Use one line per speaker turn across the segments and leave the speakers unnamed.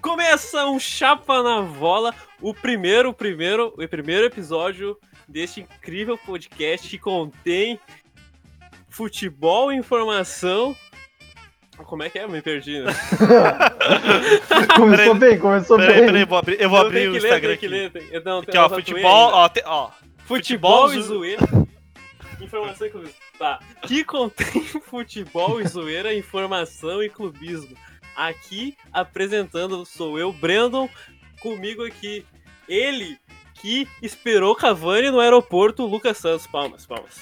Começa um chapa na vola, o primeiro, o primeiro, o primeiro episódio deste incrível podcast que contém futebol, informação. Como é que é? Me perdi. Né?
começou bem, começou
Peraí,
bem.
peraí, eu vou abrir, eu vou
Não,
abrir
tem
o
que ler,
Instagram
tem que
aqui.
ler, tá tem- não, tem
Aqui, ó,
uma tatuagem
futebol,
ainda.
ó, te- ó.
Futebol e
Futebol, zo-
zoeira. Informação e clubismo. Tá. Que contém futebol e zoeira, informação e clubismo. Aqui apresentando sou eu, Brandon, comigo aqui ele que esperou Cavani no aeroporto, Lucas Santos. Palmas, palmas.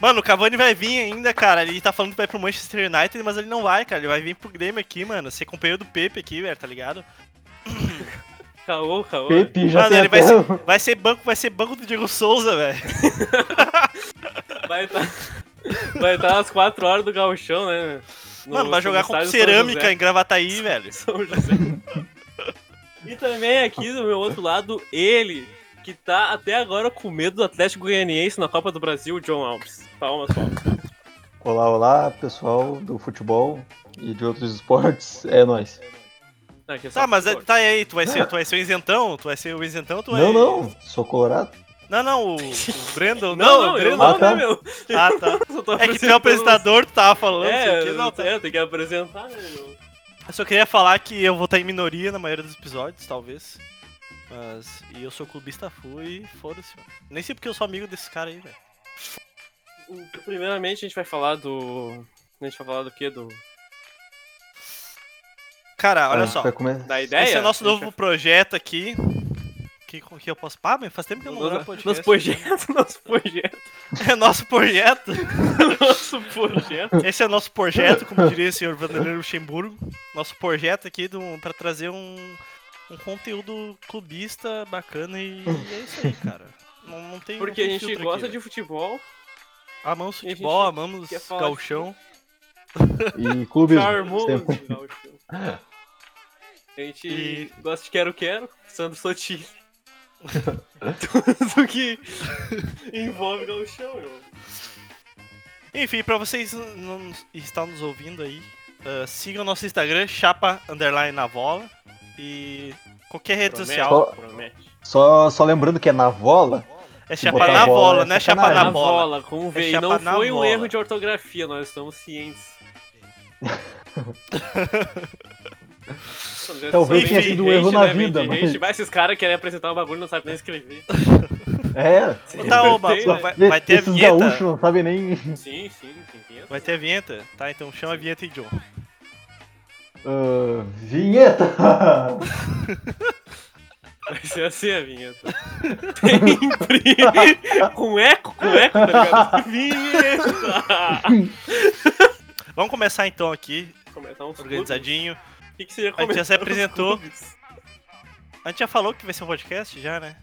Mano, o Cavani vai vir ainda, cara. Ele tá falando que vai pro Manchester United, mas ele não vai, cara. Ele vai vir pro Grêmio aqui, mano. Ser companheiro do Pepe aqui, velho, tá ligado?
Caô, caô.
Pepe, já
Mano,
tem
ele vai
até-
Vai ser banco, vai ser banco do Diego Souza, velho.
Vai estar vai tá às 4 horas do gauchão, né? No-
Mano, vai jogar
no
contra o
estádio São José.
cerâmica em Gravataí, velho. Tá,
São José. e também aqui do meu outro lado, ele, que tá até agora com medo do Atlético Goianiense na Copa do Brasil, John Alves. Palmas, palmas.
Olá, olá, pessoal do futebol e de outros esportes. É nóis.
Aqui é só
Tá, mas é-
futebol.
tá aí, tu vai ser, tu vai ser o isentão? Tu vai ser o isentão, tu é vai...
Não, não, sou colorado.
Não, não, o, o
Não,
Brandon, não, é
não,
o
eu
Brandon.
não,
Ah, tá.
né, meu?
Ah, tá.
Eu só tô
É que tu é
apresentando-
o apresentador, tu tava falando. não sei o
É,
quê. Não, tá.
eu tenho que apresentar, né, meu?
Eu só queria falar que eu vou estar em minoria na maioria dos episódios, talvez. Mas. E eu sou clubista fui, foda-se, mano. Nem sei porque eu sou amigo desse cara aí, velho.
O- Primeiramente, a gente vai falar do... A gente vai falar do quê? Do...
Cara, olha
Ah,
só.
Vai comer.
Da ideia?
Esse é o nosso
A gente
novo projeto aqui. Que, que eu posso. Ah, mas faz tempo que eu
vai-
não gravo
Nosso
podcast. né?
nosso projeto, nosso projeto,
É nosso projeto.
nosso projeto.
Esse é nosso projeto, como diria o senhor Vanderlei Luxemburgo. Nosso projeto aqui do, pra trazer um, um conteúdo clubista bacana e é isso aí, cara. Não, não tem
Porque a
não tem
gente né?
filtro aqui,
gosta
velho.
de futebol,
Amamos
E a gente
futebol, amamos
quer falar de
galchão.
E clubismo.
Tá,
um
Charmoso.
sempre.
A gente
E-
gosta de Quero Quero, Sandro Sotile. Tudo que envolve gauchão, meu.
Enfim, pra vocês não que estão nos ouvindo aí, ah, sigam o nosso Instagram, chapa underline na bola. E qualquer rede social
Só- Só, só lembrando que é na vola.
é
se
chapa
botar
na
bola,
bola,
é
não é chapa
sacanagem.
na
Na
bola.
bola, com o V. E
chapa
não
na
foi um
bola.
erro de ortografia, nós estamos cientes.
Talvez
tenha
sido um erro na vida,
mas...
mas-
Gente, vai esses caras querem apresentar um bagulho e não sabem nem escrever.
É.
Tá, ô, ba-
Perfeito, né?
vai, vai ter a
Esses
vinheta.
gaúchos não sabem nem.
Sim, sim, sim.
Vai ter a vinheta? Tá, então chama a vinheta e John.
Ah, vinheta!
Vai ser assim a vinheta. Sempre. com eco, com eco, tá ligado? Vinheta!
Vamos começar então aqui,
Começar uns clubes.
organizadinho.
um O que, que você ia
A gente já se
comentar dos
apresentou.
clubes?
A gente já falou que vai ser um podcast já, né?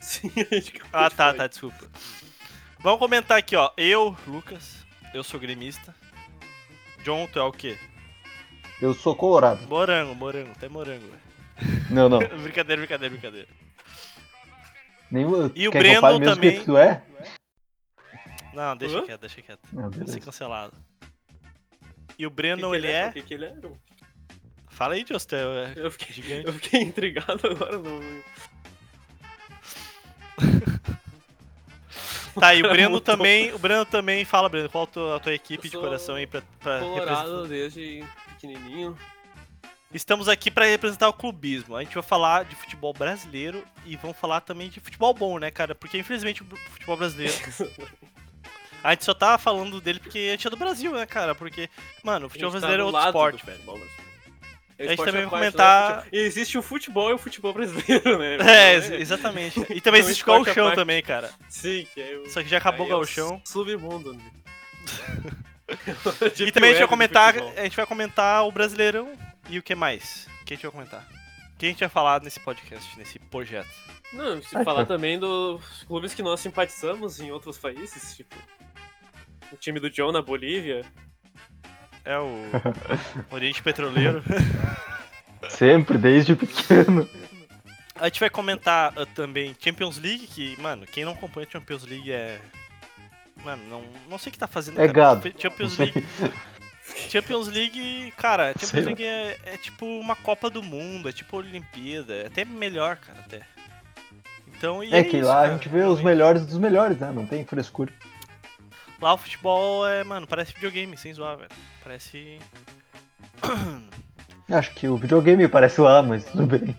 Sim, a gente acabou
Ah,
de
tá,
falar.
tá, desculpa. Vamos comentar aqui, ó. Eu, Lucas, eu sou gremista. John, tu é o quê?
Eu sou colorado.
Morango, morango, até morango, velho.
Não, não.
brincadeira, brincadeira, brincadeira.
Nem,
E o
quer que eu fale
Brandon
mesmo
também.
que tu é?
Não, deixa
Hã?
quieto, deixa quieto. é
Não,
Vai ser
beleza.
cancelado. E o
O que
Brandon,
que
ele é.
O que, que ele é?
Fala aí, Justin.
Eu fiquei,
Gigante.
eu fiquei intrigado agora. Não...
Tá, e o
Cara,
Breno
mudou.
também. O Breno também. Fala, Breno, qual a tua, a tua equipe
Eu
de
sou
coração aí pra, pra representar?
Colorado desde pequenininho.
Estamos aqui pra representar o clubismo. A gente vai falar de futebol brasileiro e vamos falar também de futebol bom, né, cara? Porque infelizmente o futebol brasileiro. A gente só tá falando dele porque a gente é do Brasil, né, cara? Porque, mano, o futebol
A gente tá
brasileiro é
do
outro
lado
esporte,
do
velho.
futebol brasileiro. É
A gente
esporte
também
à
vai
parte,
comentar-
não é futebol. Existe o futebol e o futebol brasileiro, né?
É, ex- exatamente. E também
É um
existe o
esporte à
Galchão
parte.
também, cara.
Sim, que é o...
Só que já acabou o
Aí é
Galchão.
Submundo, né?
E também a gente vai comentar, a gente vai comentar o Brasileirão e o que mais? O que a gente vai comentar? O que a gente vai falar nesse podcast, nesse projeto?
Não, se
Ah,
falar
tá.
também dos clubes que nós simpatizamos em outros países, tipo. O time do John na Bolívia.
É o Oriente Petroleiro.
Sempre, desde pequeno.
A gente vai comentar ah, também Champions League, que, mano, quem não acompanha Champions League é. Mano, não, não sei o que tá fazendo.
É
cara.
gado.
Champions League. Champions League, cara, a
Sei
Champions
lá.
League é, é tipo uma Copa do Mundo, é tipo Olimpíada, é até melhor, cara, até. Então, e
É que
isso,
lá a
cara,
gente vê os
realmente.
melhores dos melhores, né? Não tem frescura.
Lá o futebol é, mano, parece videogame, sem zoar, velho. Parece.
Acho que o videogame parece lá, mas tudo bem.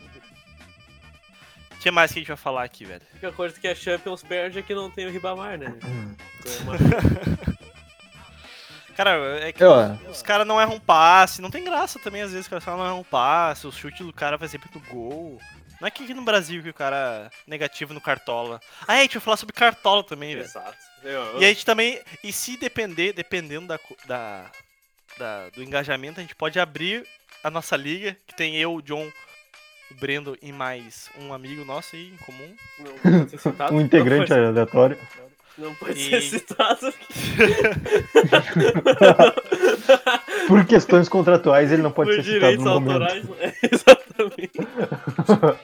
O que mais que a gente vai falar aqui, velho?
A única coisa que a Champions perde é que não tem o Ribamar, né? Então é uma-
Cara, é que
É, ó.
os caras não erram passe, não tem graça também, às vezes, cara, os caras não erram passe, o chute do cara vai sempre no gol. Não é que aqui no Brasil que o cara é negativo no cartola. Ah, é, a gente vai falar sobre cartola também, velho.
Exato. Eu-
E a gente também, e se depender, dependendo da, co- da, da- do engajamento, a gente pode abrir a nossa liga, que tem eu, o John, o Brendo e mais um amigo nosso aí em comum.
Não pode ser citado.
Um integrante
Não
aleatório.
pode, não pode
E-
ser citado.
Por questões contratuais, ele não pode
Por
ser citado
direitos
no momento.
autorais. né? Exatamente.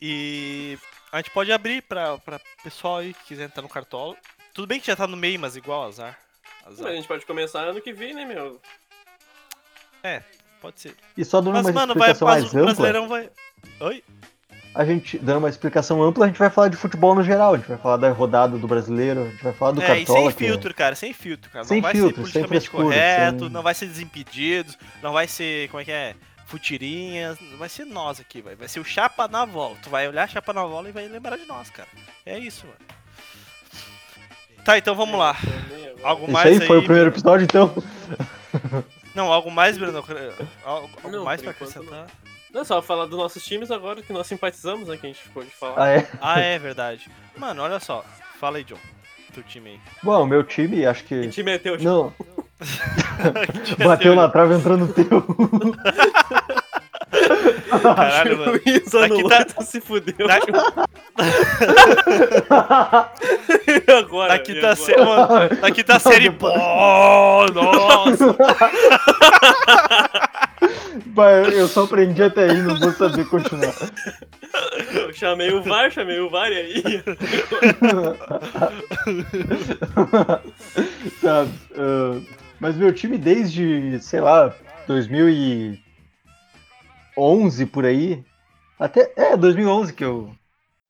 E a gente pode abrir pra, pra pessoal aí que quiser entrar no cartola. Tudo bem que já tá no meio, mas igual azar.
A
Azar.
gente pode começar ano que vem, né, meu?
Pode ser.
E só dando
Mas,
uma
mano, vai,
explicação
mas
mais
o
ampla,
Brasileirão vai. Oi?
a gente dando uma explicação ampla, a gente vai falar de futebol no geral, a gente vai falar da rodada do brasileiro, a gente vai falar do
é, e
cartola.
sem
que-
filtro, cara, sem filtro, cara.
Sem
não vai
filtro, sem
ser politicamente
frescura,
correto,
sem-
não vai ser desimpedidos, não vai ser, como é que é? Futirinhas, vai ser nós aqui, vai. Vai ser o Chapa na Vola. Tu vai olhar a Chapa na Vola e vai lembrar de nós, cara. É isso, mano. Tá, então vamos lá.
Também agora.
Algo
Isso
mais
aí foi o primeiro
Breno?
episódio, então.
Não, algo mais, Bruno? Algo, algo
Não,
mais
por
pra
enquanto
acrescentar?
Não, só falar dos nossos times agora, que nós simpatizamos, né? Que a gente ficou de falar.
Ah, é.
Ah, é verdade. Mano, olha só. Fala aí, John. Teu time aí.
Bom, meu time, acho
A
que.
gente meteu tipo,
Não,
é
bateu na trave entrando no teu.
Caralho, mano.
isso,
Aqui
anulou,
tá-
tá... se fudeu.
Daqui,
E agora.
daqui
e
tá
agora?
ser, mano, daqui tá série pô, nossa.
Bah, eu só aprendi até aí, não vou saber continuar.
Eu chamei o VAR, chamei o VAR e aí.
Sabe? ah, mas meu time desde, sei lá, 2011 por aí. Até. É, 2011 que eu.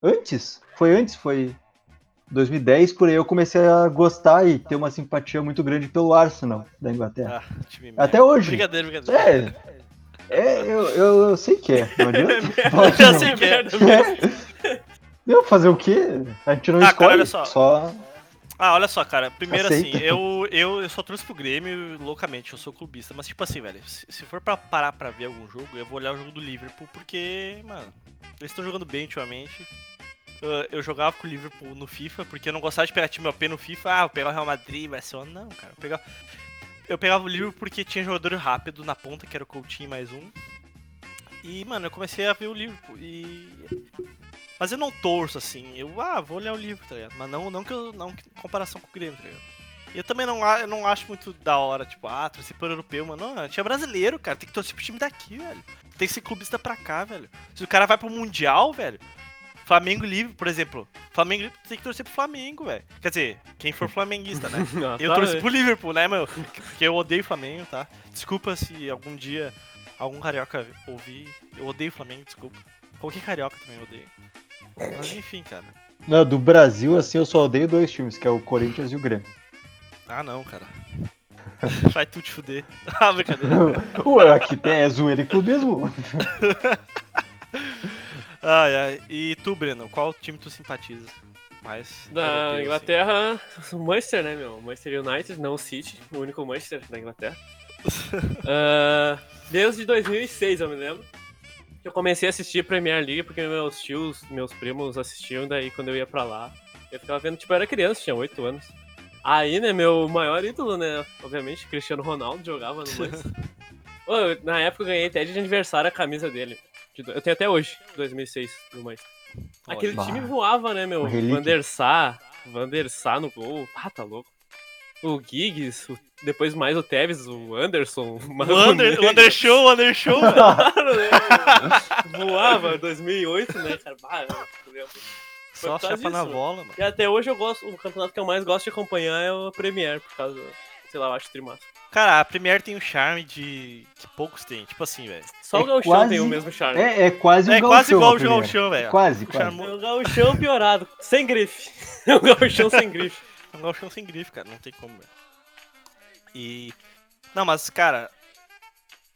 Antes? Foi antes? Foi. 2010 por aí eu comecei a gostar e ter uma simpatia muito grande pelo Arsenal da Inglaterra.
Ah, time merda.
Até hoje.
Brincadeira, brincadeira.
É. É, eu, eu, eu sei que é. Não adianta.
Eu já
Não.
sei que é.
É. Não, fazer o quê? A gente não
Ah, cara,
escolhe,
olha só.
só...
Ah, olha só, cara. Primeiro
Aceita.
assim, eu, eu, eu só trouxe pro Grêmio loucamente, eu sou clubista. Mas tipo assim, velho, se, se for pra parar pra ver algum jogo, eu vou olhar o jogo do Liverpool, porque, mano, eles estão jogando bem ultimamente. Ah, eu jogava com o Liverpool no FIFA, porque eu não gostava de pegar time OP no FIFA. Ah, eu pegava o Real Madrid, Barcelona. Não, cara. Eu pegava, eu pegava o Liverpool porque tinha jogador rápido na ponta, que era o Coutinho e mais um. E, mano, eu comecei a ver o Liverpool. E. Mas eu não torço, assim. Eu, ah, vou olhar o Liverpool, tá ligado? Mas não, não que eu. Não que- em comparação com o Grêmio, tá ligado? E eu também não, a- eu não acho muito da hora, tipo, ah, torcer pro europeu, mano. Não, a gente é brasileiro, cara. Tem que torcer pro time daqui, velho. Tem que ser clubista pra cá, velho. Se o cara vai pro Mundial, velho. Flamengo livre, por exemplo. Flamengo livre tem que torcer pro Flamengo, velho. Quer dizer, quem for flamenguista, né?
Não,
Eu
tá,
torço
né?
pro Liverpool, né, meu? Porque eu odeio o Flamengo, tá? Desculpa se algum dia algum carioca ouvir. Eu odeio o Flamengo, desculpa. Qualquer carioca também eu odeio. Mas enfim, cara.
Não, do Brasil, assim, eu só odeio dois times, que é o Corinthians e o Grêmio.
Ah, não, cara. Vai tu te fuder. Ah, brincadeira.
Ué, aqui tem é zoeira e clubismo.
Ai, ai. E tu, Breno, qual time tu simpatiza? Mais. europeu,
Da
assim?
Inglaterra, o Manchester, né, meu? Manchester United, não o City, o único Manchester da Inglaterra. Ah, desde 2006, eu me lembro. Eu comecei a assistir Premier League porque meus tios, meus primos assistiam, daí quando eu ia pra lá, eu ficava vendo, tipo, eu era criança, tinha 8 anos. Aí, né, meu maior ídolo, né, obviamente, Cristiano Ronaldo jogava no Manchester. Ô, eu- na época eu ganhei até de aniversário a camisa dele. De do- Eu tenho até hoje, 2006, no Manchester.
Olha.
Aquele time
Bah.
voava, né, meu?
Uma relíquia.
Van der Sar, Van der Sar no gol. Ah, tá louco. O Giggs, o- depois mais o Tevez, o Anderson.
O Under, o Under Show, o Under Show, velho.
Voava, 2008, né, cara? Bah, eu lembro. Foi
Só
por causa
chapa na
disso,
bola, mano.
E até hoje eu gosto, o campeonato que eu mais gosto de acompanhar é o Premier, por causa sei lá, eu acho trimaço.
Cara, a Premier tem um charme de. que poucos têm. Tipo assim, velho.
Só
É
o Gauchão
quase-
tem o mesmo charme. É...
É, é quase um
É quase
gauchão,
igual
a
o
primeira.
Gauchão, velho.
Quase,
O
quase.
O Gauchão piorado, sem grife. É o Gauchão sem grife.
É um gauchão sem grife, cara. Não tem como, velho. E... Não, mas, cara...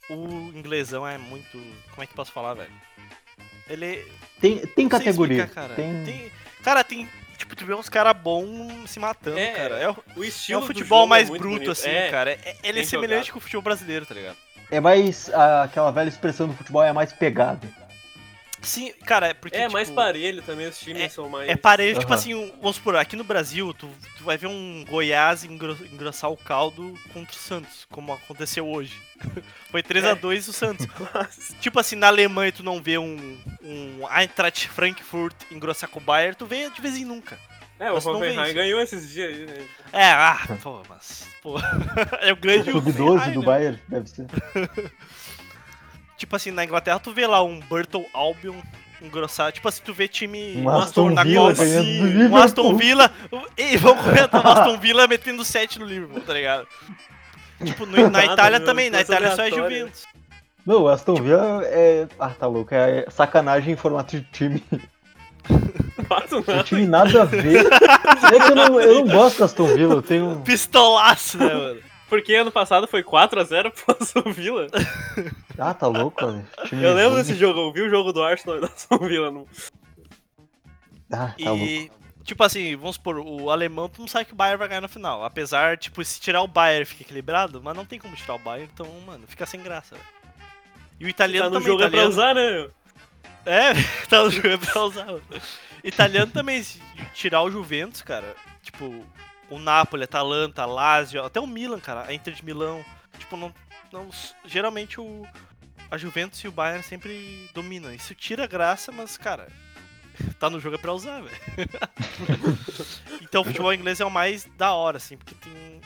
O inglesão é muito... Como é que eu posso falar, velho? Ele...
Tem, tem
não sei
categoria.
explicar, cara.
Tem...
Cara, tem... Tipo, tu vê uns caras bons se matando,
É,
cara. É o,
O
é
estilo
o
do
futebol
jogo é
mais
muito
bruto,
bonito.
assim,
É,
cara. É- Ele é
bem
semelhante
jogado.
com o futebol brasileiro, tá ligado?
É mais a- aquela velha expressão do futebol, é mais pegada.
Sim, cara, é porque,
É, mais
tipo,
parelho também, os times são mais...
É parelho, tipo
Aham.
assim, um- vamos supor, aqui no Brasil, tu, tu vai ver um Goiás engro- engrossar o caldo contra o Santos, como aconteceu hoje. Foi
É.
3x2 o Santos. tipo assim, na Alemanha tu não vê um, um Eintracht Frankfurt engrossar com o Bayern, tu vê de vez em nunca.
É, o
Mas não vê
Hoffenheim
isso.
ganhou esses dias aí, né?
É, ah, pô, mas, pô, é o grande...
Sub-12
Hoffenheim,
do
né?
Bayern, deve ser.
Tipo assim, na Inglaterra tu vê lá um Burton Albion engrossar, tipo assim, tu vê time...
Um Aston
na
Villa
Copa,
ganhando
sim,
do
um
Liverpool.
Um Aston Villa. E vamos comentar o Aston Villa metendo 7 no Liverpool, tá ligado? Tipo, no- na
Nada,
Itália
meu,
também, na
coisa
Itália só é
aleatória.
Juventus.
Não, o Aston Villa é... Ah, tá louco. É sacanagem em formato de time.
Fato
É um
nada.
time nada a ver. É que eu não, eu não gosto do Aston Villa. Eu tenho...
Pistolaço, né, mano?
Tá
Porque ano passado foi 4x0 pro Aston Villa.
Ah, tá louco, olha. Time
Uhum.
Eu lembro
ruim.
desse jogo, eu vi o jogo do Arsenal e do Aston Villa. No...
Ah, tá louco.
E, tipo assim, vamos supor, o alemão tu não sabe que o Bayern vai ganhar na final. Apesar, tipo, se tirar o Bayern fica equilibrado, mas não tem como tirar o Bayern, então, mano, fica sem graça, velho. E o italiano
Tá no
também,
jogo é pra
italiano-
usar, né?
É, tá no jogo é pra usar. Italiano também, se tirar o Juventus, cara. Tipo, o Napoli, Atalanta, Lazio, até o Milan, cara, a Inter de Milão. Tipo, não. não geralmente o, a Juventus e o Bayern sempre dominam. Isso tira graça, mas, cara, tá no jogo é pra usar, velho. então o futebol inglês é o mais da hora, assim, porque tem.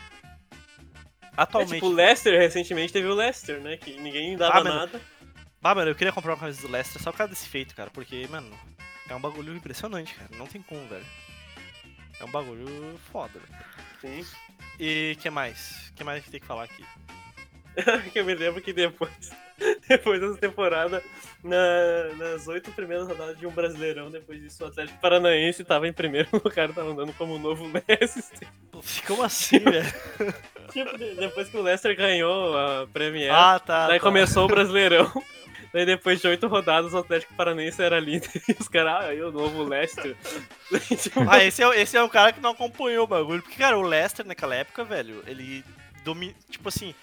É
Atualmente.
tipo, o Leicester recentemente teve o Leicester, né? Que ninguém dava
Ah, mas-
nada.
Ah, mano, eu queria comprar uma camisa do Leicester só por causa desse feito, cara, porque, mano, é um bagulho impressionante, cara. Não tem como, velho. É um bagulho foda, velho.
Sim.
E que mais? que mais que tem que falar aqui?
que eu me lembro que depois, depois dessa temporada, na- nas oito primeiras rodadas de um brasileirão, depois disso, o Atlético Paranaense tava em primeiro lugar, tava andando como o novo Leicester.
Pô, Ficou assim, velho.
Tipo, de- depois que o Leicester ganhou a Premier,
Ah, tá.
É. daí
tá.
começou o brasileirão. Daí depois de oito rodadas, o Atlético Paranaense era líder. E os caras, ah, aí o novo Leicester. Tipo,
Ah, esse é, o- esse é o cara que não acompanhou o bagulho. Porque, cara, o Leicester naquela época, velho, ele domi... Tipo assim,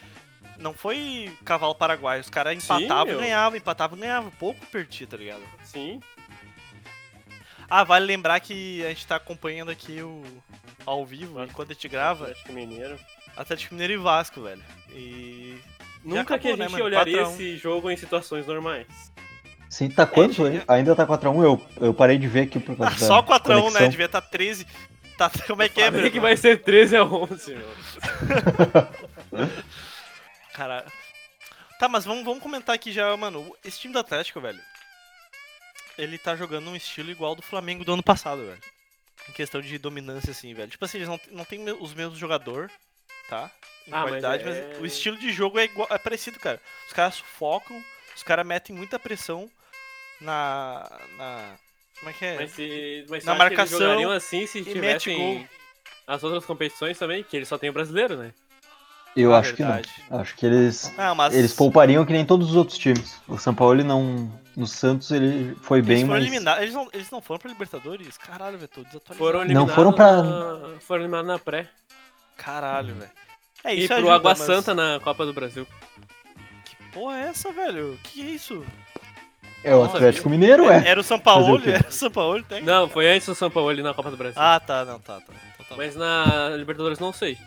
não foi cavalo paraguaio. Os caras
Sim,
empatavam e
meu.
ganhavam, empatavam e ganhavam. Pouco perdia, tá ligado?
Sim.
Ah, vale lembrar que a gente tá acompanhando aqui o. Ao vivo,
Vasco.
enquanto a gente grava,
Atlético Mineiro.
Atlético Mineiro e Vasco, velho. E.
Nunca
acabou,
que a
né,
gente
mano?
olharia
4x1.
esse jogo em situações normais.
Sim, tá quanto?
É, tinha-
hein? Ainda tá 4x1? Eu, eu parei de ver aqui por
Ah,
causa da
só 4x1, né?
conexão.
Devia estar 13. Tá, como é que é,
Falei
velho?
que vai ser 13 a 11, meu.
Caralho. Tá, mas vamos, vamos comentar aqui já, mano. Esse time do Atlético, velho. Ele tá jogando um estilo igual ao do Flamengo do ano passado, velho. Em questão de dominância, assim, velho. Tipo assim, eles não, não tem os mesmos jogadores, tá? Em
Ah, mas
qualidade, mas,
é-
o estilo de jogo é, igual, é parecido, cara. Os caras sufocam, os caras metem muita pressão na. na. Como é que é?
Mas, se, mas você
Na
acha
marcação
que eles jogariam assim se
e mete gol.
tivessem as outras competições também, que eles só tem o brasileiro, né?
Eu
Ah,
acho
verdade.
que não. Acho que eles,
Ah, mas.
eles poupariam que nem todos os outros times. O São Paulo ele não. No Santos ele foi
Eles
bem,
foram
mas.
eliminados. Eles não, eles não foram pra Libertadores? Caralho, velho, tô desatualizado.
Foram
Não,
eliminados
foram pra-
na- foram eliminados na pré.
Caralho, velho. É
Uhum. E
isso
pro
ajuda,
Água
mas-
Santa né? na Copa do Brasil.
Que porra é essa, velho? Que é isso?
É o
Nossa,
Atlético Mineiro, é.
Era o São
Fazer o
Paulo?
quê?
Era o São Paulo, tem?
Não, foi antes do São Paulo ali na Copa do Brasil.
É. Ah, tá, não, tá, tá. Então tá bom.
Mas na Libertadores não sei.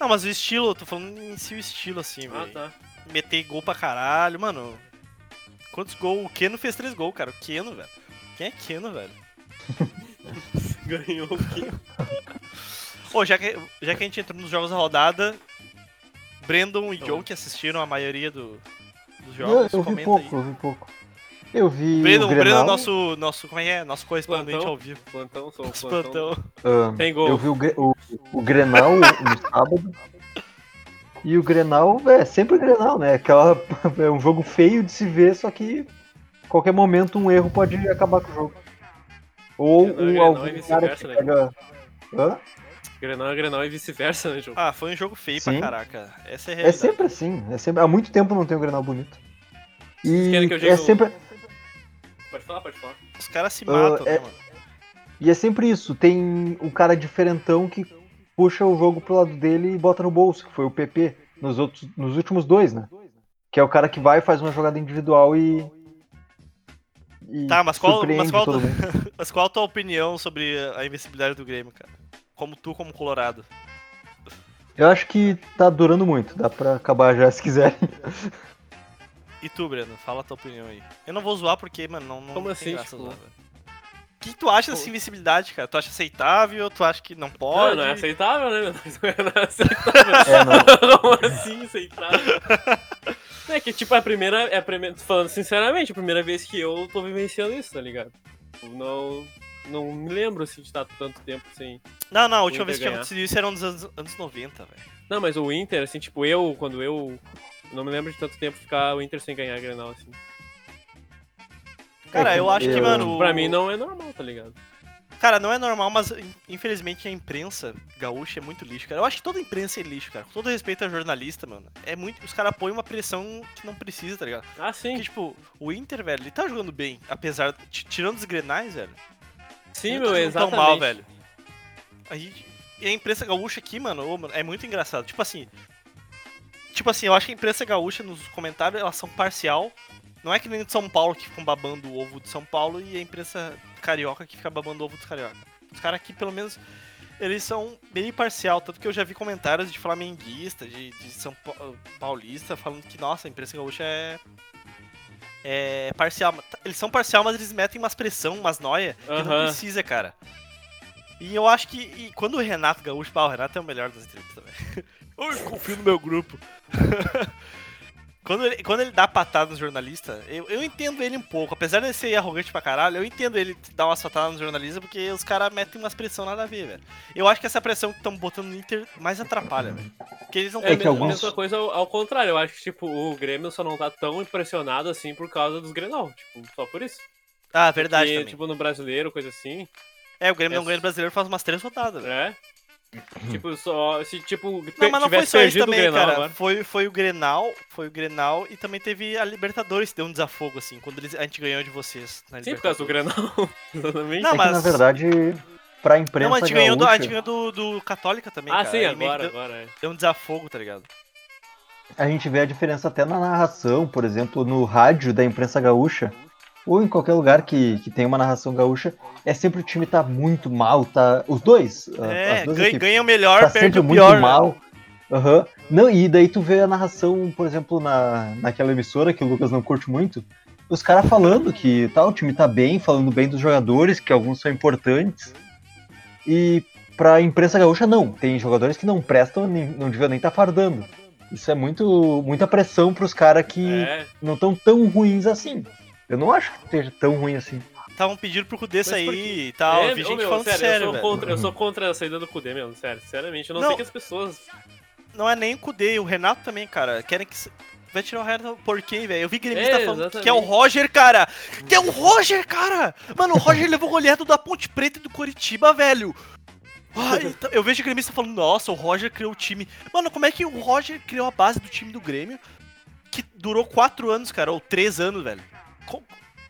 Não, mas o estilo, eu tô falando em si o estilo, assim,
Ah,
velho.
tá.
Meter gol pra caralho, mano. Quantos gols? O Keno fez três gols, cara. O Keno, velho. Quem é Keno, velho?
Ganhou o quê?
Ô, já que, já que a gente entrou nos jogos da rodada, Brandon e
Então.
Joe, que assistiram a maioria do- dos
Eu,
jogos,
eu vi
comenta
pouco,
aí.
eu vi pouco. Eu vi.
Brandon,
o
Brandon,
Grenal,
nosso, nosso, como é que é? Nosso correspondente
Plantão.
ao vivo.
Plantão, sou
Nosso
plantão.
plantão.
ah,
Tem gol.
eu vi o, Gre- o, o Grenal no sábado. E o Grenal, é sempre o Grenal, né? Aquela, é um jogo feio de se ver, só que qualquer momento um erro pode acabar com o jogo. Ou
Grenal é
um,
Grenal
algum
e
cara que
vice-versa, né?
pega... Hã?
Grenal é Grenal e vice-versa, né, João?
Ah, foi um jogo feio
Sim.
pra caraca. Essa é a
É
realidade.
sempre assim. É sempre... Há muito tempo não tem um Grenal bonito. E
querem que eu diga
é
o-
sempre...
Pode falar, pode falar.
Os caras se
Ah,
matam,
é-
né, mano?
E é sempre isso, tem um cara diferentão que puxa o jogo pro lado dele e bota no bolso, que foi o PP, nos, outros, nos últimos dois, né? Que é o cara que vai, faz uma jogada individual e. e
Tá, mas qual-
surpreende
mas qual-
todo mundo.
Mas qual a tua opinião sobre a invencibilidade do Grêmio, cara? Como tu, como Colorado.
Eu acho que tá durando muito, dá pra acabar já se quiserem.
E tu, Breno, fala a tua opinião aí. Eu não vou zoar porque, mano, não, não
Como
tem
assim,
graça
tipo?
zoar, velho. O que tu acha dessa
Pô.
invencibilidade, cara? Tu acha aceitável? Tu acha que não
Não,
pode?
não é aceitável, né, meu? Não é
É, não.
aceitável. Como assim aceitável? É que, tipo, é a primeira. É a primeira falando sinceramente, é a primeira vez que eu tô vivenciando isso, tá ligado? Tipo, Não. Não me lembro, assim, de estar tanto tempo sem.
não, não, a última
Inter
vez que
ganhar.
aconteceu isso era nos anos, anos 90, velho.
Não, mas o Inter, assim, tipo, eu, quando eu. Não me lembro de tanto tempo ficar o Inter sem ganhar Grenal, assim.
Cara, eu acho que,
É, eu-
mano.
Pra mim não é normal, tá ligado?
Cara, não é normal, mas in- infelizmente a imprensa gaúcha é muito lixo, cara. Eu acho que toda imprensa é lixo, cara. Com todo respeito a jornalista, mano. É muito. Os caras põem uma pressão que não precisa, tá ligado?
Ah, sim.
Porque, tipo, o Inter, velho, ele tá jogando bem, apesar. ti- Tirando os grenais, velho.
Sim,
ele
meu,
tá jogando
exatamente.
tão mal, velho. Aí, e a imprensa gaúcha aqui, mano, ô, mano, é muito engraçado. Tipo assim. Tipo assim, eu acho que a imprensa gaúcha nos comentários, elas são parcial. Não é que nem de São Paulo que ficam babando o ovo de São Paulo e a imprensa carioca que fica babando o ovo dos carioca. Os caras aqui, pelo menos, eles são meio parcial, tanto que eu já vi comentários de flamenguista, de, de São Pa- Paulista, falando que, nossa, a imprensa gaúcha é. É parcial. Mas tá- Eles são parcial, mas eles metem umas pressão, umas noia, que não
Aham.
precisa, cara. E eu acho que. e quando o Renato Gaúcho. Bah, o Renato é o melhor das entrevistas também. Eu confio no meu grupo. Quando ele, quando ele dá patada no jornalista, eu, eu entendo ele um pouco. Apesar de ele ser arrogante pra caralho, eu entendo ele dar umas patadas no jornalista porque os caras metem umas pressão nada a ver, velho. Eu acho que essa pressão que estão botando no Inter mais atrapalha, velho. Porque eles não
É,
que
a mesma-
alguns-
mesma coisa ao, ao contrário. Eu acho que, tipo, o Grêmio só não tá tão impressionado assim por causa dos Grenal. Tipo, só por isso.
Ah, verdade
Porque,
também.
tipo, no brasileiro, coisa assim,
é, o Grêmio não
é-
ganha do brasileiro faz umas três rodadas, velho.
né?
Uhum.
tipo, só. Se, tipo,
Não,
pe-
mas não foi
tivesse
só isso
perdido
também,
o Grenal
cara.
agora.
Foi, foi o Grenal, foi o Grenal e também teve a Libertadores que deu um desafogo, assim, quando eles- a gente ganhou de vocês na
Sim, por causa do
Libertadores.
Grenal. Exatamente.
Não,
é
mas-
que na verdade, pra imprensa.
Não, mas a gente ganhou, do, a
gaúcha,
gente ganhou do, do Católica também,
ah,
cara.
sim,
Aí meio que
agora,
deu-
agora. É.
Deu um desafogo, tá ligado?
a gente vê a diferença até na narração, por exemplo, no rádio da imprensa gaúcha, ou em qualquer lugar que, que tem uma narração gaúcha, é sempre o time tá muito mal, tá. Os dois, a-
É,
as duas
ganha,
equipes,
ganha o melhor,
tá
perde
sempre
o
muito
pior. né?
mal. Aham. Não, e daí tu vê a narração, por exemplo, na, naquela emissora que o Lucas não curte muito, os caras falando que tá, o time tá bem, falando bem dos jogadores, que alguns são importantes. E pra imprensa gaúcha, não. Tem jogadores que não prestam, nem, não deviam nem estar tá fardando. Isso é muito muita pressão pros caras que
É.
não estão tão ruins assim. Eu não acho que esteja tão ruim assim.
Estavam pedindo pro Cudê
por
sair e tal.
é,
vi
ô,
gente
meu,
tá, falando sério,
sério, eu, sou
velho.
contra, eu sou
Hum.
contra a saída do Kudê, mesmo, sério. Sinceramente, eu não,
Não.
sei que as pessoas.
Não é nem o Cudê, o Renato também, cara. Querem que. se- Vai tirar o Renato por quem, velho? Eu vi gremista
É,
falando que é o
exatamente.
Roger, cara! Que é o Roger, cara! Mano, o Roger levou o goleado da Ponte Preta e do Coritiba, velho! Ai, tá- eu vejo o gremista falando, nossa, o Roger criou o time. Mano, como é que o Roger criou a base do time do Grêmio? Que durou quatro anos, cara, ou três anos, velho. Co-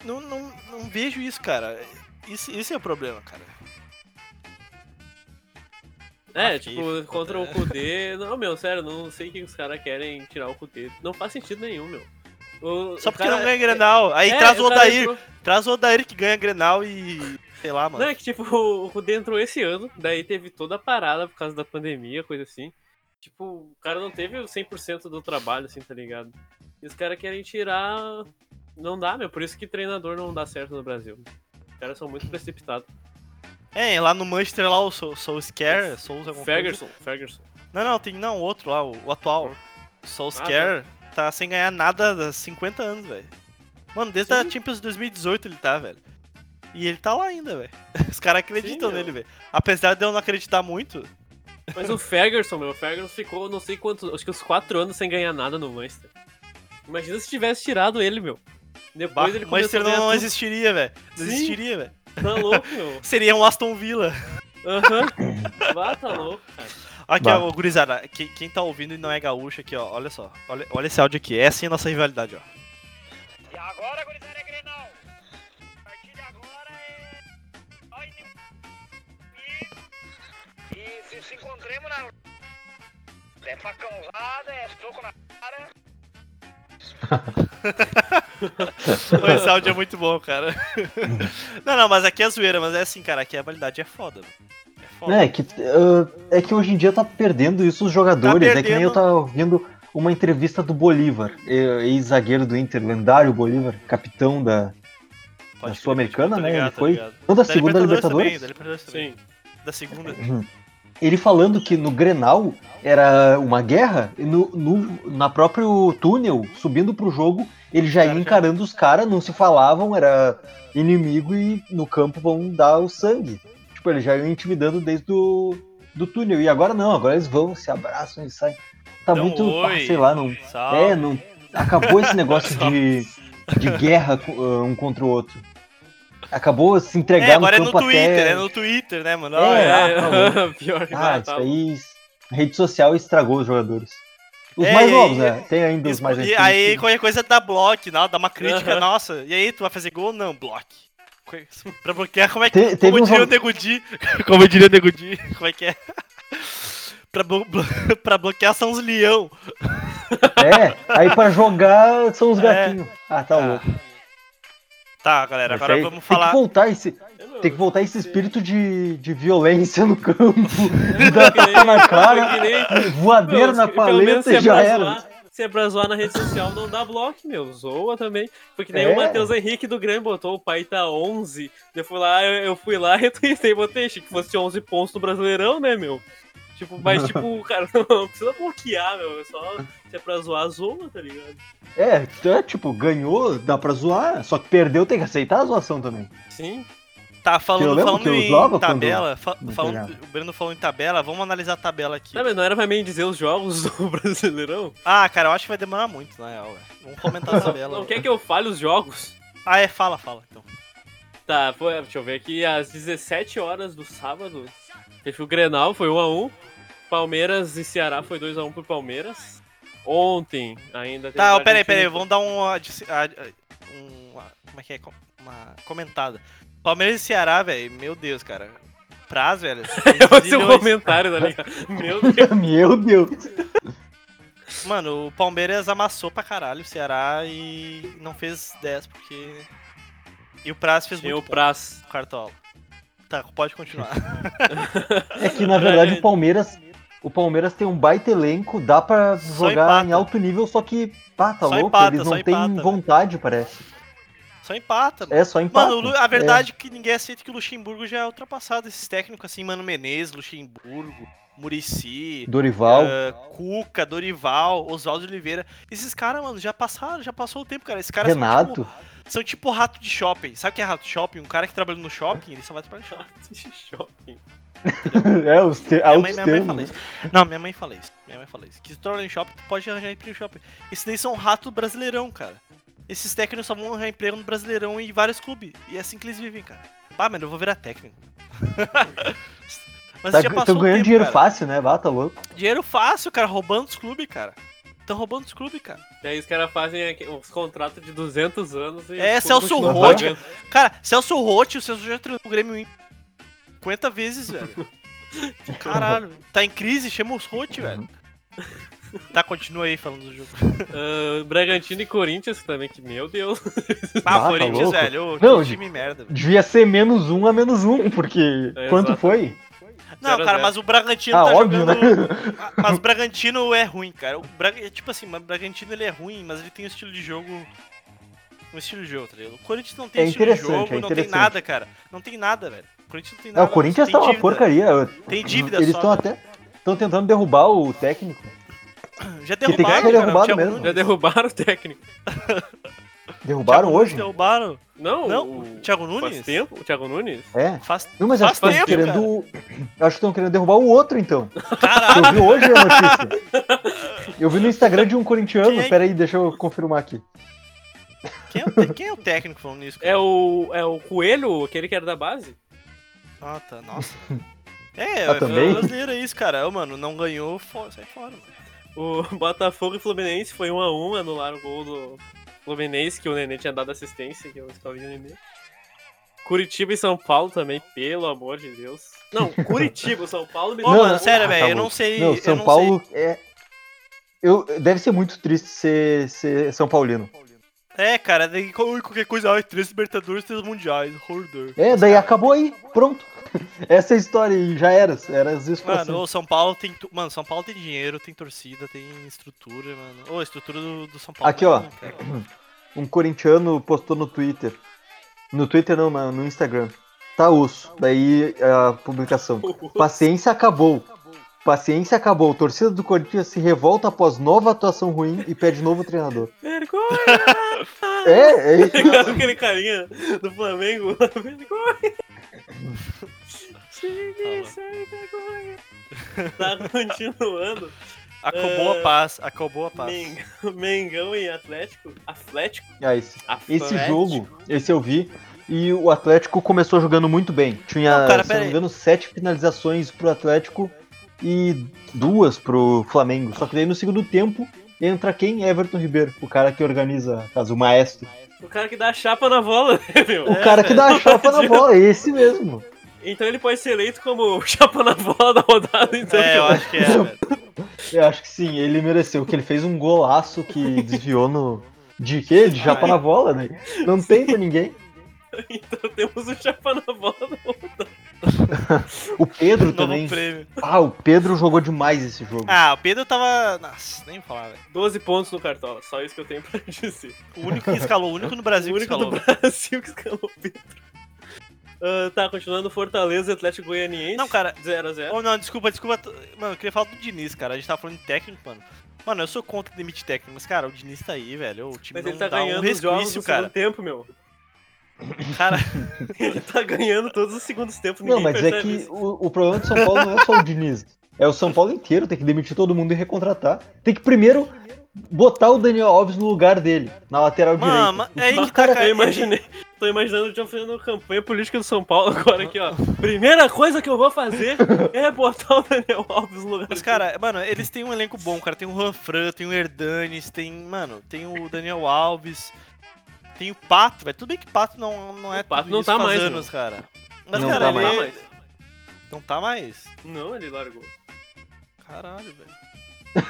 Não, não, não vejo isso, cara. Isso, esse é o problema, cara.
É,
Ah,
tipo,
FIFA,
contra o Kudê. Não, meu, sério, não sei o que os caras querem tirar o Kudê. Não faz sentido nenhum, meu. O-
Só
o
porque
cara-
não ganha Grenal. Aí
É,
traz o
cara
Odair.
entrou-
Traz o Odair que ganha Grenal e. Sei lá, mano.
Não, é que tipo, o Kudê entrou esse ano, daí teve toda a parada por causa da pandemia, coisa assim. Tipo, o cara não teve o 100% do trabalho, assim, tá ligado? E os caras querem tirar. Não dá, meu. Por isso que treinador não dá certo no Brasil. Os caras são muito precipitados.
É, lá no Manchester lá o Soul Soul Scare, Souls alguma coisa.
Ferguson, Ferguson.
Não, não, tem não, outro lá, o, o atual. Soul
Ah,
Scare tá sem ganhar nada há 50 anos, velho. Mano, desde a Champions 2018 ele tá, velho. E ele tá lá ainda, velho. Os caras acreditam
Sim, meu.
nele, velho. Apesar de eu não acreditar muito,
Mas o Ferguson, meu, o Ferguson ficou não sei quantos, acho que uns 4 anos sem ganhar nada no Manchester. Imagina se tivesse tirado ele, meu. Depois ele
o
começou
Manchester
a ganhar
não, não
tudo.
existiria, velho. Não
Sim.
existiria, velho.
Tá louco, meu.
Seria um Aston Villa.
Aham. Vá, tá louco, cara.
Aqui,
Bah.
ó, gurizada, quem, quem tá ouvindo e não é gaúcho aqui, ó, olha só. Olha, olha esse áudio aqui. Essa é a nossa rivalidade, ó.
E agora, gurizada, é Grenal. A partir de agora é... Só inimigo. E, e se se encontremos na... É facãozada, é soco na cara.
Pô, Esse áudio é muito bom, cara. não, não, mas aqui é zoeira, mas é assim, cara, aqui a rivalidade é foda, velho. É foda.
É que, ah, é que hoje em dia tá perdendo isso os jogadores. É que nem eu
Tá perdendo.
tava ouvindo uma entrevista do Bolívar, eh, ex-zagueiro do Inter, lendário Bolívar, capitão da,
Pode
na
crer,
Sul-Americana,
tô
né,
ligado,
ele
tô
foi
ligado.
não da,
Da
segunda Libertadores.
Libertadores também, da Libertadores também.
Sim.
Da segunda.
Ele falando que no Grenal era uma guerra, e no, no- na próprio túnel, subindo pro jogo, ele já ia
Cara, já-
encarando os caras, não se falavam, era inimigo e no campo vão dar o sangue. Tipo, ele já ia intimidando desde do, do túnel. E agora não, agora eles vão, se abraçam e saem. Tá
Dão
muito, ah,
oi. Ah,
sei lá, não.
Salve.
É, não. Acabou esse negócio de, de guerra co- um contra o outro. Acabou se entregar
É, agora é
no
no
campo
Twitter,
até...
é no Twitter, né, mano?
É,
Olha,
ah, tá louco.
é, pior que
Ah,
tá,
isso
tá louco.
aí. A rede social estragou os jogadores. Os
É,
mais
e
novos,
aí-
né? Tem ainda os
Isso,
mais
e
antigos.
aí qualquer coisa dá bloco, não, dá uma crítica,
Aham.
nossa. E aí, tu vai fazer gol ou não? Bloco. Que- Pra bloquear, como é que.
Te- teve
como
um
diria o
jogo-
Degudi. Como diria o Degudi, como é que é? Pra, blo- blo- pra bloquear são os leão.
É, aí pra jogar são os
É.
gatinhos. Ah, tá
Ah,
louco.
Tá, galera, agora
Mas aí
vamos
Tem
falar.
que voltar esse,
É, meu,
tem que voltar esse espírito de, de violência no campo.
é,
da
que nem-
tapa na cara.
que nem-
Voadeira
Meu,
na
pelo menos
paleta
se
e
é
já
pra
era.
zoar- Se é pra zoar na rede social, não dá bloco, meu. Zoa também. Porque nem
É.
o Matheus Henrique do Grêmio botou o pai tá 11. Eu fui lá, eu, eu fui lá, retuitei, botei. Achei que fosse 11 pontos do Brasileirão, né, meu? Tipo, mas tipo, cara, não precisa bloquear, meu. É só se é pra zoar, zoa, tá ligado?
É, então é, tipo, ganhou, dá pra zoar. Só que perdeu, tem que aceitar a zoação também.
Sim.
Tá,
Que eu
falando,
lembro
falando
que eu
em
usava quando-
tabela. fa-
Não
falando, o Breno falou em tabela, vamos analisar a tabela aqui.
Não, Tá, mas não era pra mim dizer os jogos do Brasileirão?
Ah, cara, eu acho que vai demorar muito, na real. velho. Vamos comentar a tabela.
Não quer que eu fale os jogos?
Ah, é, fala, fala. Então.
Tá, foi, deixa eu ver aqui, às 17 horas do sábado, teve o Grenal, foi 1x1. Palmeiras e Ceará foi 2x1 pro Palmeiras. Ontem ainda teve
Tá, ó, peraí,
Argentina-
peraí, vamos dar um, adici- a- a- um- uma. Como é que é? Co- Uma comentada. Palmeiras e Ceará, velho, meu Deus, cara. Praz, velho.
Vai ser um
zilhões.
comentário, tá ligado? Meu Deus.
Meu Deus.
Mano, o Palmeiras amassou pra caralho o Ceará e não fez 10 porque. E o Praz fez
Tem o
muito ponto,
Praz.
o Cartola. Tá, pode continuar.
É que na verdade o Palmeiras. O Palmeiras tem um baita elenco, dá pra
Só
jogar em
empata.
alto nível, só que, pá, tá
Só
louco,
empata,
eles
só
não têm
empata,
vontade, parece.
Só empata, mano.
É, só empata.
Mano, o Lu- a
É.
verdade é que ninguém aceita que o Luxemburgo já é ultrapassado. Esses técnicos assim, Mano Menezes, Luxemburgo, Murici,
Dorival.
Ah, Cuca, Dorival, Oswaldo Oliveira. Esses caras, mano, já passaram, já passou o tempo, cara. Esses caras
Renato.
São, tipo, são tipo rato de shopping. Sabe o que é rato de shopping? Um cara que trabalha no shopping, ele só vai trabalhar no shopping.
Shopping.
é, os te...
tipo, Minha
altos
mãe, minha mãe
termos,
fala
né?
isso. Não, minha mãe fala isso. Minha mãe fala isso. Que se tu trabalha no shopping, tu pode arranjar emprego no shopping. Esses daí são rato brasileirão, cara. Esses técnicos só vão arranjar emprego no brasileirão e em vários clubes. E é assim que eles vivem, cara. Pá, mano, eu vou virar técnico. Mas
Tá,
já
estão
passou o
ganhando
tempo,
dinheiro
cara.
fácil, né? Bata louco.
Dinheiro fácil, cara, roubando os clubes, cara. Tão roubando os clubes, cara.
Daí os caras fazem aqui- uns contratos de 200 anos e.
É,
o clube
Celso
continua
Roth.
pagando.
Cara, Celso Rotti, o Celso já treinou o Grêmio em 50 vezes, velho. Caralho, tá em crise, chama os Rotti, velho. Tá, continua aí falando do jogo.
Ah, Bragantino e Corinthians também, que meu Deus.
Ah,
Ah, tá
Corinthians,
louco.
velho, ô,
Não,
que time merda. velho.
Devia ser menos um a menos um, porque.
É,
Quanto
exato.
foi?
Não,
zero a
cara,
zero.
mas o Bragantino
Ah,
tá
óbvio,
jogando...
né?
Ah, Mas o Bragantino é ruim, cara. O Bra- é Tipo assim, mas o Bragantino ele é ruim, mas ele tem um estilo de jogo... Um estilo de jogo, tá ligado? O Corinthians não tem
É
estilo de
interessante,
jogo,
é
não tem
interessante.
nada, cara. Não tem nada, velho. O Corinthians não tem nada.
Não, o Corinthians
tem
tá uma
dívida.
porcaria.
Tem dívida
Eles
só, né?
estão
velho.
até. Estão tentando derrubar o técnico.
Já
tem que ser
derrubaram, cara, o
derrubado
Thiago
mesmo.
Já
Nunes.
derrubaram o técnico.
Derrubaram
Thiago Nunes
hoje?
Derrubaram.
Não,
Não,
o...
o Thiago
Faz
Nunes?
tempo, o Thiago Nunes?
É.
Faz-
Não, mas acho que
Faz
estão
tempo,
querendo. Acho que estão querendo derrubar o outro, então.
Caralho,
Eu vi hoje a notícia. Eu vi no Instagram de um corintiano.
Quem é que-
Peraí, deixa eu confirmar aqui.
quem é, o te- quem é o técnico falando nisso? cara?
É o, é o Coelho, aquele que era da base?
Ah, tá, nossa. É,
Ah,
é
também?
brasileiro é isso, cara. Ô, mano, não ganhou, fo- sai fora, mano.
O Botafogo e Fluminense foi 1 a 1 anularam o gol do Fluminense, que o Nenê tinha dado assistência, que eu escolhi o Nenê. Curitiba e São Paulo também, pelo amor de Deus. Não, Curitiba, o São Paulo me
Ô,
Não,
mano,
não.
sério,
Ah,
velho,
tá
eu
bom.
não sei.
Não,
eu
São
não
Paulo é. Eu... Deve ser muito triste ser, ser São Paulino.
sei- É, cara, daí qual- qualquer coisa. Ai, três Libertadores, três Mundiais, horror.
É, daí acabou aí, pronto. Essa é a história e já era. Era isso pra
Mano,
sempre.
o São Paulo tem. tu- Mano, São Paulo tem dinheiro, tem torcida, tem estrutura, mano. Ô, a estrutura do, do São Paulo.
Aqui,
é
ó.
ruim, cara.
Um corintiano postou no Twitter. No Twitter não, na- no Instagram. Tá osso. Daí a publicação. Paciência acabou. Paciência acabou. Torcida do Corinthians se revolta após nova atuação ruim e pede novo treinador.
Vergonha!
É, é.
Aquele carinha do Flamengo, vergonha! Time sem vergonha! Tá continuando. É,
Acabou a paz, acabou a paz.
Meng- Mengão e Atlético. Atlético?
Ah, esse, esse
Atlético?
jogo, esse eu vi. E o Atlético começou jogando muito bem. Tinha,
Não, cara,
se
pera
não me
aí.
engano, sete finalizações pro Atlético e duas pro Flamengo. Só que daí no segundo tempo entra quem? Everton Ribeiro, o cara que organiza a casa, o maestro.
O cara que dá a chapa na bola, né,
É,
meu?
O cara que dá a chapa na bola, esse mesmo.
Então ele pode ser eleito como o chapa na bola da rodada, então.
É, eu acho que é, velho.
Eu acho que sim, ele mereceu, que ele fez um golaço que desviou no. De quê? De chapa na bola, né? Não tem pra ninguém.
Então temos o chapa na bola da rodada.
O Pedro
Novo
também.
prêmio.
Ah, o Pedro jogou demais esse jogo.
Ah, o Pedro tava. Nossa, nem vou falar, velho.
12 pontos no cartola, só isso que eu tenho pra dizer.
O único que escalou, o único no
O
Brasil
único
que escalou.
do Brasil que escalou o Pedro. Ah, tá, continuando Fortaleza e Atlético Goianiense.
Não, cara.
0x0.
Oh, não, desculpa, desculpa. t- Mano, eu queria falar do Diniz, cara. A gente tava falando de técnico, mano. Mano, eu sou contra demitir técnico, mas, cara, o Diniz tá aí, velho. O time
Mas
não
ele tá
dá um
ganhando os jogos
resquício,
no
cara.
segundo tempo, meu.
Cara,
Ele tá ganhando todos os segundos tempos, ninguém
Não, mas é
percebe
que
isso.
o, o problema do São Paulo não é só o Diniz. É o São Paulo inteiro, tem que demitir todo mundo e recontratar. Tem que primeiro botar o Daniel Alves no lugar dele, na lateral
Mano,
direita.
mas é aí que tá,
cara,
cara.
Eu imaginei. Tô imaginando o John fazendo campanha política do São Paulo agora aqui, ó. Primeira coisa que eu vou fazer é botar o Daniel Alves no lugar.
tá, Mas,
dele.
cara, mano, eles têm um elenco bom, cara. Tem o Ranfran, tem o Herdanes, tem, mano, tem o Daniel Alves, tem o Pato, velho. Tudo bem que Pato não, não é
O Pato
tudo
não
isso
tá
faz
mais,
anos, cara. Mas,
Não
cara,
tá
ele é
mais.
não tá mais.
Não, ele largou.
Caralho, velho.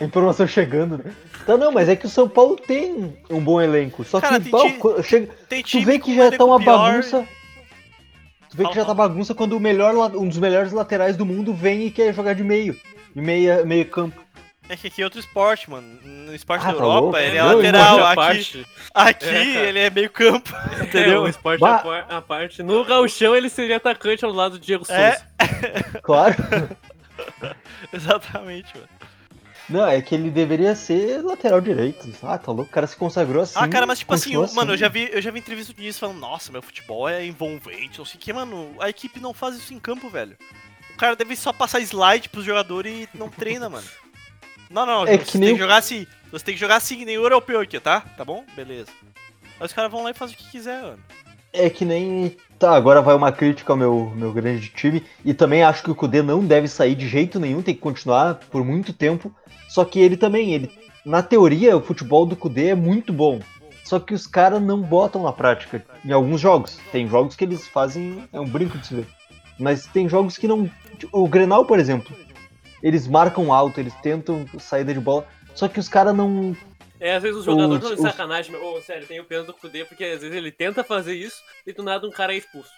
A informação chegando. né? Tá, não, mas é que o São Paulo tem um bom elenco. Só
Cara,
que
tem
pau,
ti-
co- chega,
Tem
Tu
time
vê
com um
que já tá
elenco
uma
pior.
bagunça. Tu vê
Fala,
que já tá
fala.
bagunça quando o melhor, la- um dos melhores laterais do mundo vem e quer jogar de meio. De meia, meio campo.
É que aqui é outro esporte, mano. No esporte
Ah,
da
tá
Europa,
louco.
ele é
Não,
lateral.
esporte à
Aqui,
parte.
aqui
É, cara.
ele é meio campo.
Entendeu?
Entendeu?
o esporte
Bah.
à par- à parte. No gauchão ele seria atacante ao lado do Diego
É.
Souza.
Claro.
Exatamente, mano.
Não, é que ele deveria ser lateral direito. Ah, tá louco. O cara se consagrou assim.
ah, cara, mas tipo assim,
continua
mano, eu já vi, eu já vi entrevista do Diniz falando, nossa, meu futebol é envolvente, não sei o que, mano. A equipe não faz isso em campo, velho. O cara deve só passar slide pros jogadores e não treina, mano. Não, não,
É
você
que
tem
nem
que
o-
jogar assim. Você tem que jogar assim, que nem o europeu aqui, tá? Tá bom? Beleza. Aí os caras vão lá e fazem o que quiser, mano.
É que nem. Tá, agora vai uma crítica ao meu, meu grande time. E também acho que o Kudê não deve sair de jeito nenhum, tem que continuar por muito tempo. Só que ele também, ele. Na teoria, o futebol do Kudê é muito bom. Só que os caras não botam na prática em alguns jogos. Tem jogos que eles fazem. É um brinco de se ver. Mas tem jogos que não. tipo, O Grenal, por exemplo. Eles marcam alto, eles tentam saída de bola. Só que os caras não.
É, às vezes os jogadores
Os-
estão de
os-
sacanagem, meu. Ô, sério, tem o pena do Kudê, porque às vezes ele tenta fazer isso e do nada um cara é expulso.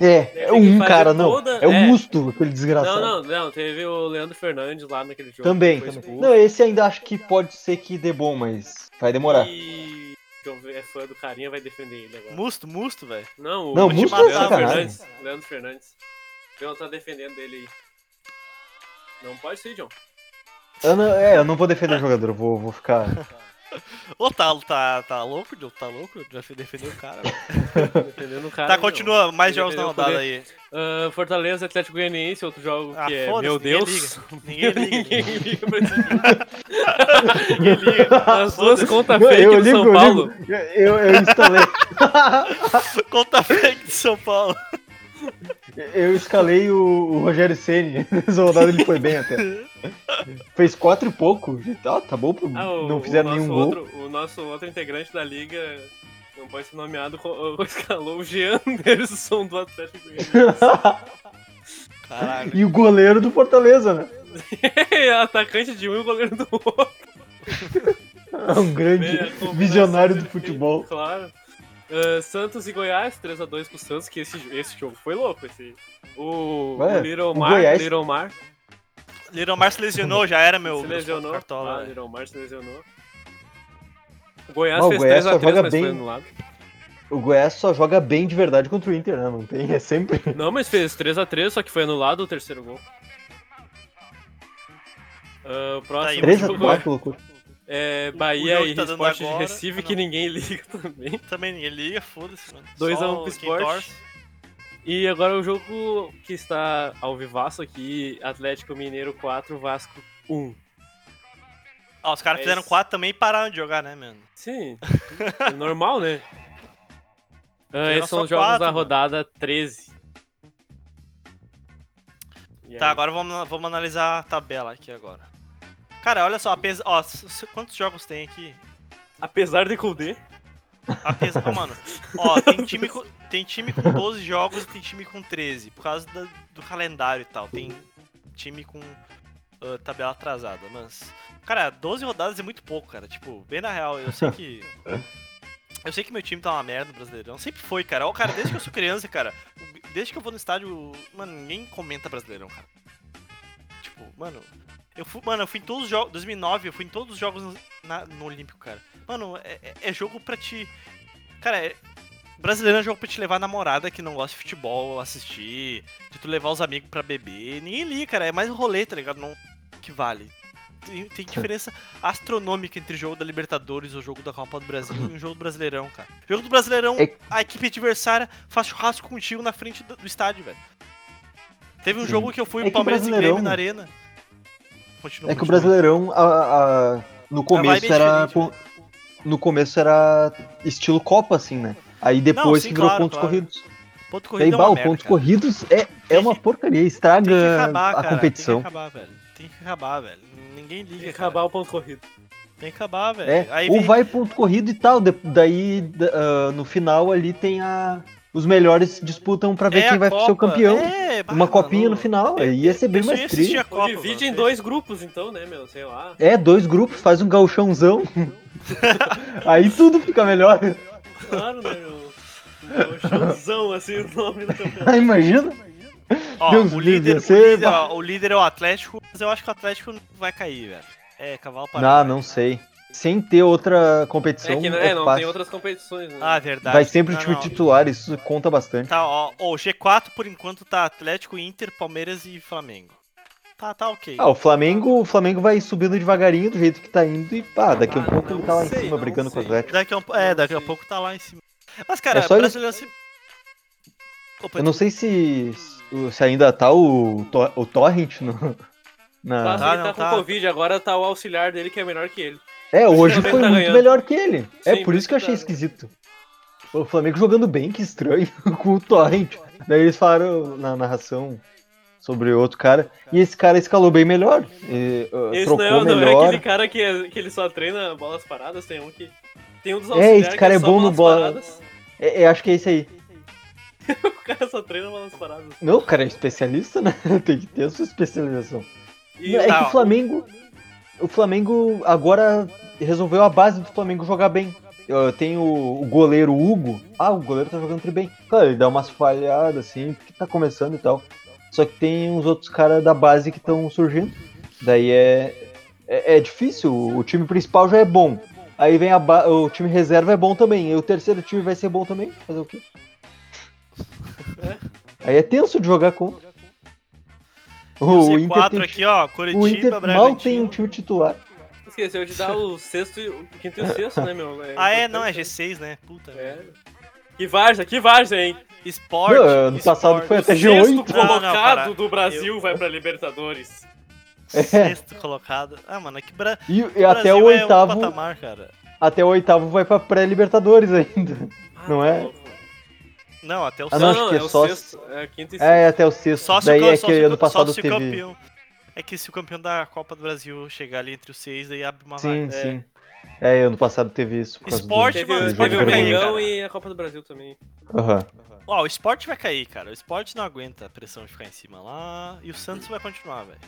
É, é
Tem que
um
fazer
cara, não.
toda-
É o
é.
Musto, aquele desgraçado.
Não, não, não. Teve o Leandro Fernandes lá naquele jogo.
Tá Também,
que foi
também.
expulso.
Não, esse ainda acho que pode ser que dê bom, mas vai demorar.
E deixa eu ver, é fã do carinha, vai defender ele agora.
Musto, musto, velho.
Não, o
Não,
último
Musto
é
Leandro
sacanagem.
Fernandes. Leandro Fernandes. John tá defendendo ele aí. Não pode ser, John.
Eu não, é, eu não vou defender o jogador, eu vou, vou ficar
Ô, tá, tá, tá louco, Diogo? Tá louco? Já defendeu o cara. mano.
Dependendo do cara.
Tá,
não.
continua.
Ele
Mais jogos na
defendeu o
rodada
poder.
aí.
Ah, Fortaleza, Atlético Goianiense, outro jogo
Ah,
que é.
foda-se,
Meu
ninguém
Deus.
liga. Ninguém liga.
Ninguém liga pra esse jogo. Ninguém liga. As duas contas
Eu,
fake
eu
do
ligo,
São
eu
Paulo.
ligo. Eu, eu instalei.
Conta fake de São Paulo.
eu escalei o, o Rogério Ceni. Nessa rodada ele foi bem até. Fez quatro e pouco. Ah, tá bom. pro-
Ah, o-
não fizeram
o nosso
nenhum gol.
outro, O nosso outro integrante da liga não pode ser nomeado, co- co- escalou o Jean Anderson do Atlético Goianiense.
Caralho.
e o goleiro do Fortaleza, né?
Atacante de um e o goleiro do outro.
É um grande
É, a combinação
visionário do
perfeita,
futebol.
Claro. Ah, Santos e Goiás, 3x2 pro Santos, que esse, esse jogo foi louco. Esse, o,
Ué,
o Little
o
Mar,
Goiás-
Little Mar
Little Mar se lesionou, já era meu.
se
meu
lesionou.
Cartola, né?
ah,
velho.
Little Mar se lesionou. O Goiás
Ah, o
fez
Goiás só
3x3,
joga
mas
bem.
foi anulado.
O Goiás só joga bem de verdade contra o Inter, né? Não tem, é sempre.
Não, mas fez 3x3, só que foi anulado o terceiro gol. Ah, o próximo
Tá aí,
jogo
3x4 loucura.
é
O
Bahia
jogo
e
que tá dando
Sport de
agora-
Recife,
Ah,
que
não.
ninguém liga também.
Também ninguém liga, foda-se, mano.
2 a
Só
1 pro
quem
Sport.
torce.
E agora o jogo que está ao vivaço aqui, Atlético Mineiro 4, Vasco 1.
Ah, os caras
É
fizeram
isso.
4 também e pararam de jogar, né, mano?
Sim, é normal, né? Ah,
Fizeram
esses são
só
os jogos
quatro,
da
mano.
rodada 13. E
Tá,
aí?
agora vamos, vamos analisar a tabela aqui agora. Cara, olha só, apesar. Ó, s- s- quantos jogos tem aqui?
Apesar de Kudê,
Apesar. Ó, mano, ó, tem time, com, tem time com 12 jogos e tem time com 13, por causa da- do calendário e tal. Tem time com ah, tabela atrasada, mas. Cara, 12 rodadas é muito pouco, cara. Tipo, bem na real, eu sei que. Eu sei que meu time tá uma merda no Brasileirão. Sempre foi, cara. Ó, cara, desde que eu sou criança, cara. Desde que eu vou no estádio, mano, ninguém comenta Brasileirão, cara. Tipo, mano. Eu fui, mano, eu fui em todos os jogos. 2009, eu fui em todos os jogos no, na- no Olímpico, cara. Mano, é, é- é jogo pra te. Cara, é- Brasileirão é jogo pra te levar a namorada que não gosta de futebol, assistir, de tu levar os amigos pra beber. Ninguém liga, cara. É mais rolê, tá ligado? Não que vale. Tem, tem diferença astronômica entre o jogo da Libertadores, o jogo da Copa do Brasil e o jogo do Brasileirão, cara. O jogo do Brasileirão,
É-
a equipe adversária faz churrasco contigo na frente do, do estádio, velho. Teve um
Sim.
jogo que eu fui
É
no
que o
Palmeiras e
Brasileirão-
Grêmio na Arena. Continua,
É que o
continua.
Brasileirão, a- a- no
vibe
começo
é
era.
diferente,
co- No começo era estilo Copa, assim, né? Aí depois
sim,
que virou
claro,
pontos
claro.
corridos.
Ponto
Daí,
corrido é
bah,
uma
o
merda,
pontos
cara.
corridos é, é uma porcaria,
Tem que
estraga
acabar,
a
cara.
competição.
Tem que acabar, velho. Tem que acabar, velho. Ninguém liga.
tem que
cara.
acabar o ponto corrido.
Tem que acabar, velho.
É,
Aí
ou
vem-
vai ponto corrido e tal. de- daí, da- ah, no final ali tem a. Os melhores disputam pra ver
é
quem
a
vai ser o
Copa.
campeão.
É, bah,
Uma copinha no
maluco.
final. Aí ia ser bem
Eu só ia
mais
assistir
triste.
a
Ou
Copa,
divide
mano.
em dois grupos, então, né, meu? Sei lá.
É, dois grupos, faz um galchãozão. Aí tudo fica melhor.
Claro, né, meu? Um showzão, assim, o nome do campeonato.
Ah, imagina.
Ó,
Deus
o,
livre,
líder,
ia
o,
ser-
líder, ó, o líder é o Atlético, mas eu acho que o Atlético não vai cair, velho. É, cavalo
Não,
parado.
não sei. Sem ter outra competição,
É que né,
é
não
fácil.
tem outras competições, né?
Ah, verdade.
vai sempre o
Não,
time
não.
titular, isso conta bastante.
Tá, ó, ó, o G4 por enquanto tá Atlético, Inter, Palmeiras e Flamengo. Tá, tá ok.
Ah, o Flamengo, o Flamengo vai subindo devagarinho do jeito que tá indo e pá, daqui a um
Ah,
pouco
não
ele tá lá
sei,
em cima
não
brigando com o
sei.
Atlético.
Daqui a, um- é,
Não
daqui a
sei.
pouco tá lá em cima. Mas, cara,
É só
brasileiro se. Opa,
Eu não sei se se ainda tá o, Tor- o Torrent no
Tá,
na
assim, ele
não,
tá com
tá.
Covid, agora tá o auxiliar dele que é melhor que ele.
É, hoje
Flamengo
foi
tá
muito
ganhando.
melhor que ele.
Sim,
É por
por
isso que eu
isso
achei
tá-
esquisito. O Flamengo jogando bem, que estranho, com o Torrent. Daí eles falaram na narração sobre outro cara. E esse cara escalou bem melhor. e, uh,
Esse
trocou
não, é- não é
melhor.
aquele cara que, é- que ele só treina bolas paradas, tem um que. Tem um dos
É,
auxiliares
esse cara
que só
é bom no
bolas
bola-
paradas.
É, é, acho que é isso aí.
O cara só treina bolas paradas.
Não, o cara é especialista, né? Tem que ter a sua especialização.
E
Não, é
tá,
que
ó.
o Flamengo. O Flamengo agora resolveu a base do Flamengo jogar bem. Eu tenho o goleiro Hugo. Ah, o goleiro tá jogando tri bem. Claro, ele dá umas falhadas assim, porque tá começando e tal. Só que tem uns outros caras da base que estão surgindo. Daí é, é. é difícil. O time principal já é bom. Aí vem a ba- o time reserva é bom também. E o terceiro time vai ser bom também. Fazer o quê? Aí é tenso de jogar contra.
O
O Inter
C4
tem
aqui, ó,
o
Curitiba,
Inter
Bragantino.
mal tem um time titular.
os esqueceu de dar o sexto, e- o quinto e o sexto, né, meu?
Ah, é? Não, é
importante,
G6, né? Puta.
né?
merda.
É. Que Varsa, que Varsa, hein?
Esporte.
Não, ano passado
esporte.
foi até G8.
Sexto
É Não,
não,
colocado
para.
do Brasil vai pra Libertadores.
Sexto colocado. Ah, mano, é que Bra...
E, e até o
Brasil é
oitavo,
outro patamar, cara.
até o oitavo vai pra pré-libertadores ainda. Não é?
Não, até o
Ah,
sexto.
não,
não,
acho que
é
é
o
só-
sexto, é quinto e sexto.
É, até o sexto.
Só se
Daí
o,
é
só
que
se o-
ano passado
só se o
teve.
campeão. É que se o campeão da Copa do Brasil chegar ali entre os seis, aí abre uma
Sim,
vaga. É.
sim. É, ano passado teve isso. por causa
Esporte,
Teve,
mano,
do-
teve
esporte
o
vai cair,
Mengão
cara.
e a Copa do Brasil também.
Aham.
Ó, o esporte vai cair, cara. O esporte não aguenta a pressão de ficar em cima lá. E o Santos vai continuar, velho.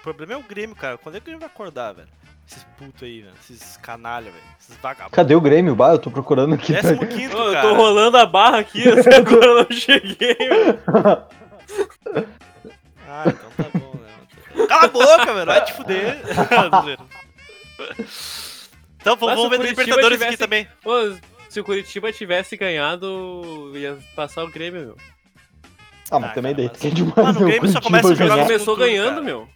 O problema é o Grêmio, cara. Quando é que o Grêmio vai acordar, velho? Esses putos aí, velho. Esses canalha, velho. Esses vagabundos.
Cadê o Grêmio? Bah, eu tô procurando aqui.
Décimo quinto,
Ô, eu
cara.
tô rolando a barra aqui, eu até agora eu não cheguei. meu.
Ah, então tá bom, né? mano? Cala a boca, velho. Vai te fuder. Zoeira.
Mas se o
então vamos, vamos
Curitiba
ver do Libertadores aqui
tivesse-
também.
Ô, se o Curitiba tivesse ganhado, ia passar o Grêmio, meu.
Ah, mas
Ah,
também
cara,
daí
mas-
tem demais.
Mano, o
meu,
Grêmio só
Curitiba
começa a jogar
ganhar.
no
Começou
futuro,
ganhando,
cara.
meu.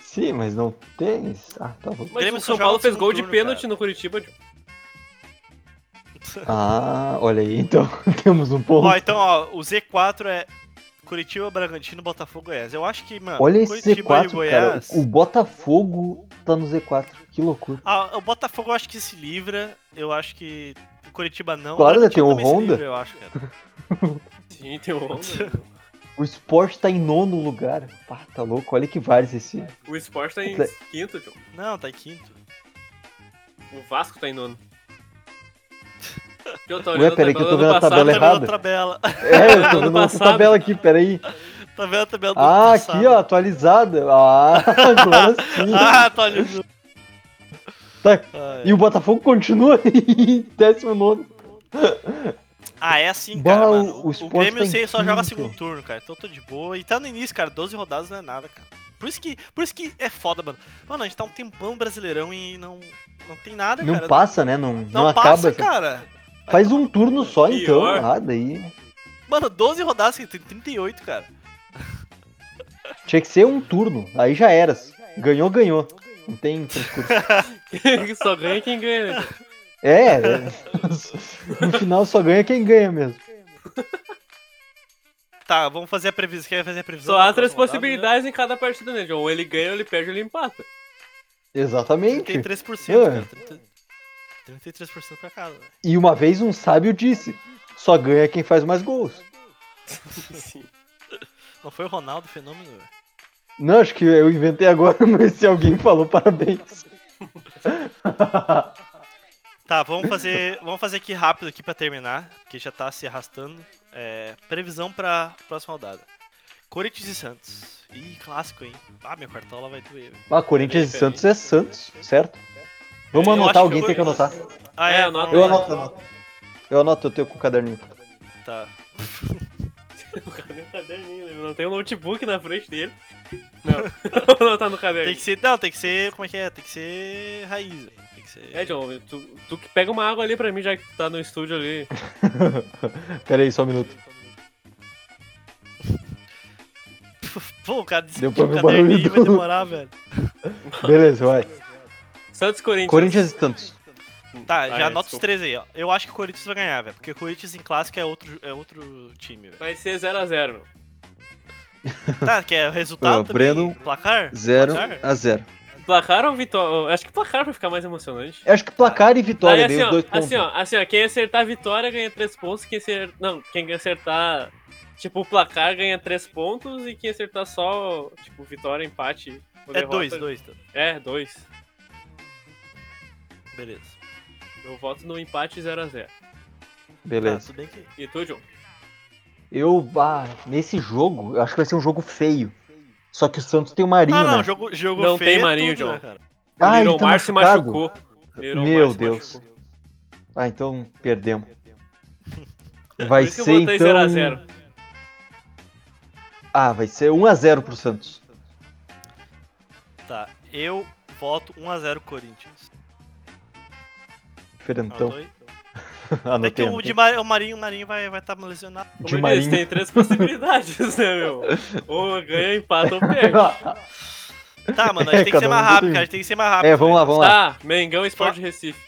Sim, mas não tem. Ah, tá bom.
Mas
Grêmio
o
só
São
joga
Paulo
no
fez
segundo
gol de
turno,
pênalti
cara.
no Curitiba. tipo,
Ah, olha aí, então temos um ponto.
Ó, então, ó, o Z4 é Curitiba, Bragantino, Botafogo, Goiás. Eu acho que, mano,
Olha esse
Curitiba e o
Z4, cara.
Goiás.
O Botafogo tá no Z4. Que loucura.
Ah, o Botafogo eu acho que se livra. Eu acho que o Curitiba não.
Claro, né, tem
Bragantino
o
também se
Honda.
livra, eu acho, cara.
Sim, tem um o Honda.
O esporte tá em nono lugar. Pá, tá louco. Olha que vários esse.
O Sport tá em quinto, tio.
Não, tá em quinto.
O Vasco tá em nono. Eu tô
Ué,
olhando a
peraí que eu tô
tabela do
vendo a
ano
tabela
tá passado,
tá vendo
errada.
a tabela.
É, eu tô
Ano
vendo outra
passado.
tabela aqui, peraí.
Tá vendo a tabela do ano
Ah, aqui,
passado.
ó, atualizada. Ah, agora sim.
Ah, tá olhando.
Tá.
Ah, é.
E o Botafogo continua em 19.
Ah, é assim,
Bah,
cara,
o-
mano.
o
O,
Sport
Grêmio
tá em
sei, só joga
quinto.
segundo turno, cara. Então eu tô de boa. E tá no início, cara. 12 rodadas não é nada, cara. Por isso que, por isso que é foda, mano. Mano, a gente tá um tempão brasileirão e não, não tem nada,
Não
cara.
passa, né? Não,
não,
não,
passa,
acaba.
cara.
Faz um turno só, então.
Pior.
Ah, daí.
Mano, 12 rodadas, cara, tem 38, cara.
Tinha que ser um turno. Aí já era. Ganhou, ganhou. Não tem frescura.
tá Só ganha quem ganha, né?
É, é. no final só ganha quem ganha mesmo.
Tá, vamos fazer a previsão. Quer fazer a previsão?
Só
da
há três
próxima rodada,
possibilidades em cada partida, né, John? Ou ele ganha, ou ele perde, ou ele empata.
né?
Exatamente.
33%,
É.
cara. 30 33% pra né? casa. velho.
E uma vez um sábio disse: só ganha quem faz mais gols.
Sim.
Não foi o Ronaldo fenômeno, velho.
Não, acho que eu inventei agora, mas se alguém falou parabéns.
Tá, vamos fazer, vamos fazer aqui rápido aqui pra terminar, que já tá se arrastando. É, previsão pra próxima rodada. Corinthians e Santos. Ih, clássico, hein? Ah, minha cartola vai doer. velho.
Ah, Corinthians e Santos é Santos, certo? Vamos
Eu acho
anotar, alguém
que
tem que anotar.
Ah,
É,
é,
anota
vamos
Eu
lá.
anoto, eu anoto. Eu anoto, eu tenho com o caderninho.
Tá.
Cadê o caderninho? Ele não tem um notebook na frente dele. Não, não tá no
Tem
caderninho.
que ser, não, tem que ser, como é que é? Tem que ser raiz, velho. Tem que ser...
É, John, tu, tu que pega uma água ali pra mim, já que tu tá no estúdio ali.
Pera aí, só um minuto.
Pô, cara, disse que
Deu
o
pra ver o
caderninho
barulho
vai
do-
demorar, velho.
Beleza, vai.
Santos Corinthians.
Corinthians e Santos.
Tá,
Ah,
já
é,
anota os
desculpa.
três aí, ó. Eu acho que o Corinthians vai ganhar, velho. Porque o Corinthians em clássico é outro, é outro time, velho.
Vai ser 0x0, meu.
Tá, quer o resultado
Ó,
também?
Breno,
Placar?
0
Placar?
a 0.
Placar ou vitória? Acho que placar vai ficar mais emocionante.
Acho que placar e vitória,
Aí,
dei
assim,
os dois
ó,
pontos.
assim, ó, assim, ó, quem acertar a vitória ganha 3 pontos, quem acertar. Não, quem acertar. Tipo, o placar ganha 3 pontos e quem acertar só, tipo, vitória, empate. ou
É
derrota-
dois, dois. Tá.
É, 2.
Beleza.
Eu voto no empate 0x0.
Beleza.
Tá, tudo bem que...
E tu, John?
Eu, ah, nesse jogo, eu acho que vai ser um jogo feio. Só que o Santos tem o Marinho,
Ah, não,
né?
jogo, jogo
Não
feio
tem
é
Marinho,
tudo,
John.
né, cara?
Ah, ele
Little
tá
Mar se
machucado.
machucou. Little
Meu
Mar se
Deus.
machucou.
Ah, então perdemos. Vai
Por isso que
ser
eu botei
então
0x0.
Ah, vai ser 1 a 0 pro Santos.
Tá, eu voto 1x0 Corinthians.
Diferentão.
Anotei? é que
Anotei.
o, de
anotei.
Mar... o Marinho, o Marinho vai vai tá lesionado.
Como
De
eu disse,
Marinho.
tem três possibilidades, né, meu? Ou ganha, empata ou perde.
Tá, mano, a gente tem que
Cada
ser
um
mais
tem
rápido,
um.
cara. A gente tem que ser mais rápido. né?
É, vamos lá, vamos lá.
Tá, Mengão Esporte Recife.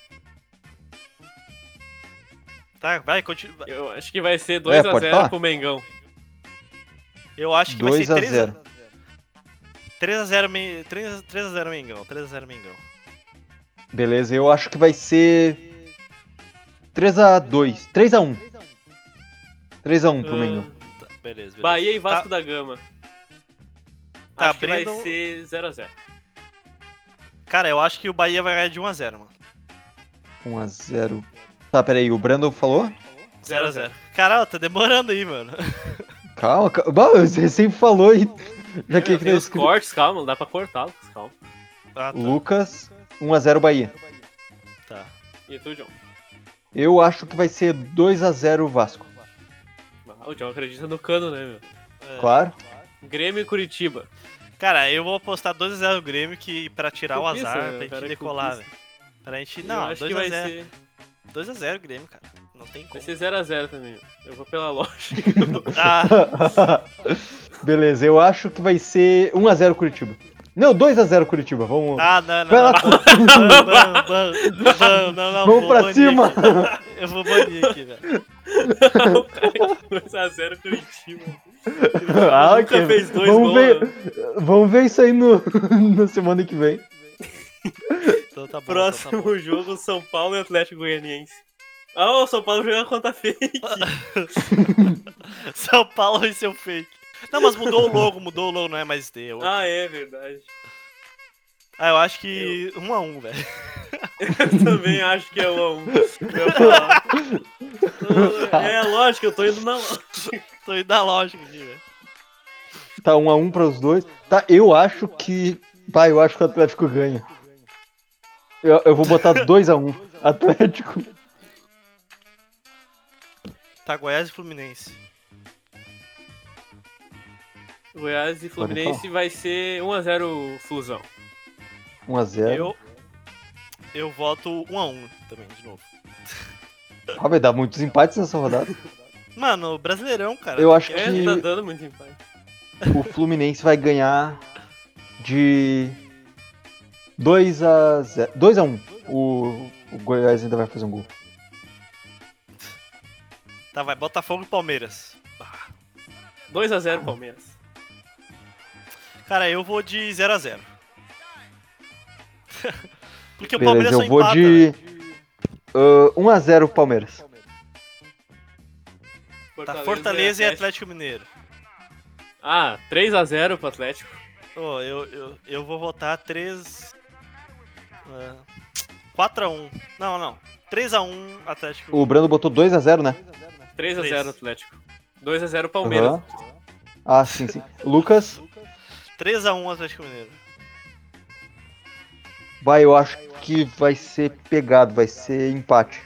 Tá, vai, continua.
Eu acho que vai ser
É, pode falar?
2x0 pro Mengão.
Eu acho que vai
2
ser
a
3 a
0.
0 3x0 Men- 3 3 a 0 Mengão, 3x0 Mengão.
Beleza, eu acho que vai ser 3x2. 3x1. 3x1 pro
Ah,
Mengão.
Tá, beleza, beleza.
Bahia e Vasco
Tá,
da Gama.
Tá,
acho que vai
Brandon-
ser 0x0.
cara, eu acho que o Bahia vai ganhar de 1x0, mano.
Ah.
1x0. Tá, peraí, o Brandon falou?
0x0. Caralho, tá demorando aí, mano.
Calma, calma. Bah, Você sempre falou aí. Já que
Tem
que eu
É, os
escrevi.
cortes, calma, não dá pra cortar, Lucas, calma.
Ah, tá.
Lucas, 1x0 Bahia.
tá.
E tu, John?
Eu acho que vai ser 2x0 Vasco.
Ah, O John acredita no cano, né, meu?
É.
Claro.
Grêmio e Curitiba.
Cara, eu vou apostar 2x0 no Grêmio que, pra tirar o
Clubista,
azar,
né?
pra gente
Cara, é
decolar,
clubista.
velho. Pra gente.
eu
Não,
acho que vai
2x0.
ser.
2x0 Grêmio, cara. Não tem
Vai
como.
ser 0x0 também. Eu vou pela lógica.
Ah,
Beleza, eu acho que vai ser 1x0 Curitiba. Não, 2x0 Curitiba, vamos.
ah, não, não.
Vai
não.
lá,
Ban, ban, ban, ban, não, não,
vamos
vou
pra
banir
cima!
aqui. Eu vou banir aqui, velho.
2x0 Curitiba.
Ah,
Nunca
ok.
fez dois
vamos
gols,
ver, vamos ver isso aí no, na semana que vem.
Então tá bom.
Próximo
Então
jogo, São Paulo e Atlético Goianiense. Ah, o São Paulo joga contra a fake.
tá bom. São Paulo e seu fake. Não, mas mudou o logo, mudou o logo, não é mais D. Eu-
Ah, é verdade.
Ah, eu acho que 1x1, um velho.
Eu também acho que é um a um. Eu ia falar. É lógico, eu tô indo na lógica.
Tô indo na lógica aqui, velho.
Tá, um a um para os dois. Tá, eu acho que. Pá, eu acho que o Atlético ganha. Eu, eu vou botar 2x1. Atlético.
Tá, Goiás e Fluminense.
Goiás e Fluminense vai ser 1x0 Flusão.
1x0.
Eu. Eu voto 1x1 também, de novo.
Ah, vai dar muitos empates nessa rodada.
Mano, Brasileirão, cara.
Eu acho
É,
que
tá dando muito empate.
o Fluminense vai ganhar de 2x0. 2x1. O, o Goiás ainda vai fazer um gol.
Tá, vai, Botafogo e Palmeiras.
2x0 Palmeiras.
Cara, eu vou de 0x0. Porque o Palmeiras
Beleza,
só
eu vou
empata, né?
de. ah, 1x0 Palmeiras.
Tá Fortaleza e Atlético Mineiro.
Ah, 3x0 pro Atlético.
Ô, eu, eu, eu vou votar ah, 3. 4x1. Não, não. 3x1 Atlético
O Brando botou 2x0, né?
3x0
Três.
Atlético. 2x0 Palmeiras.
Aham. Ah, sim, sim. Lucas,
3x1 Atlético Mineiro.
vai, eu acho que vai ser pegado, vai ser empate.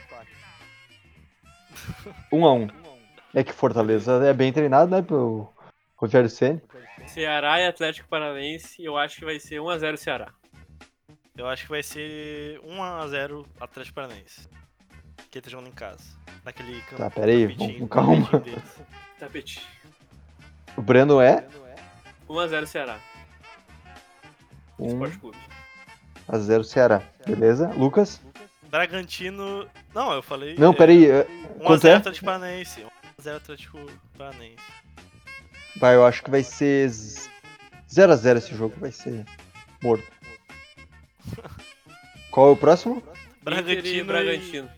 1x1. É que Fortaleza é bem treinado, né, pelo Rogério Senna.
Ceará e Atlético Paranaense. Eu acho que vai ser 1x0 Ceará.
Eu acho que vai ser 1x0 Atlético Paranaense. Que tá jogando em casa. Naquele campo.
Tá, pera aí,
tapetinho-
vamos- calma.
tapetinho deles.
Tapete.
O Breno é
1x0 Ceará.
1x0
Esporte Clube.
Ceará. Beleza? Lucas?
Bragantino. Não, eu falei.
Não,
é,
peraí. é- Quanto
1x0
é?
Atlético Paranaense. 1x0 Atlético Paranaense.
Vai, eu acho que vai ser 0x0 esse jogo, vai ser morto. Qual é o próximo?
Inter e
Bragantino. e-
Bragantino.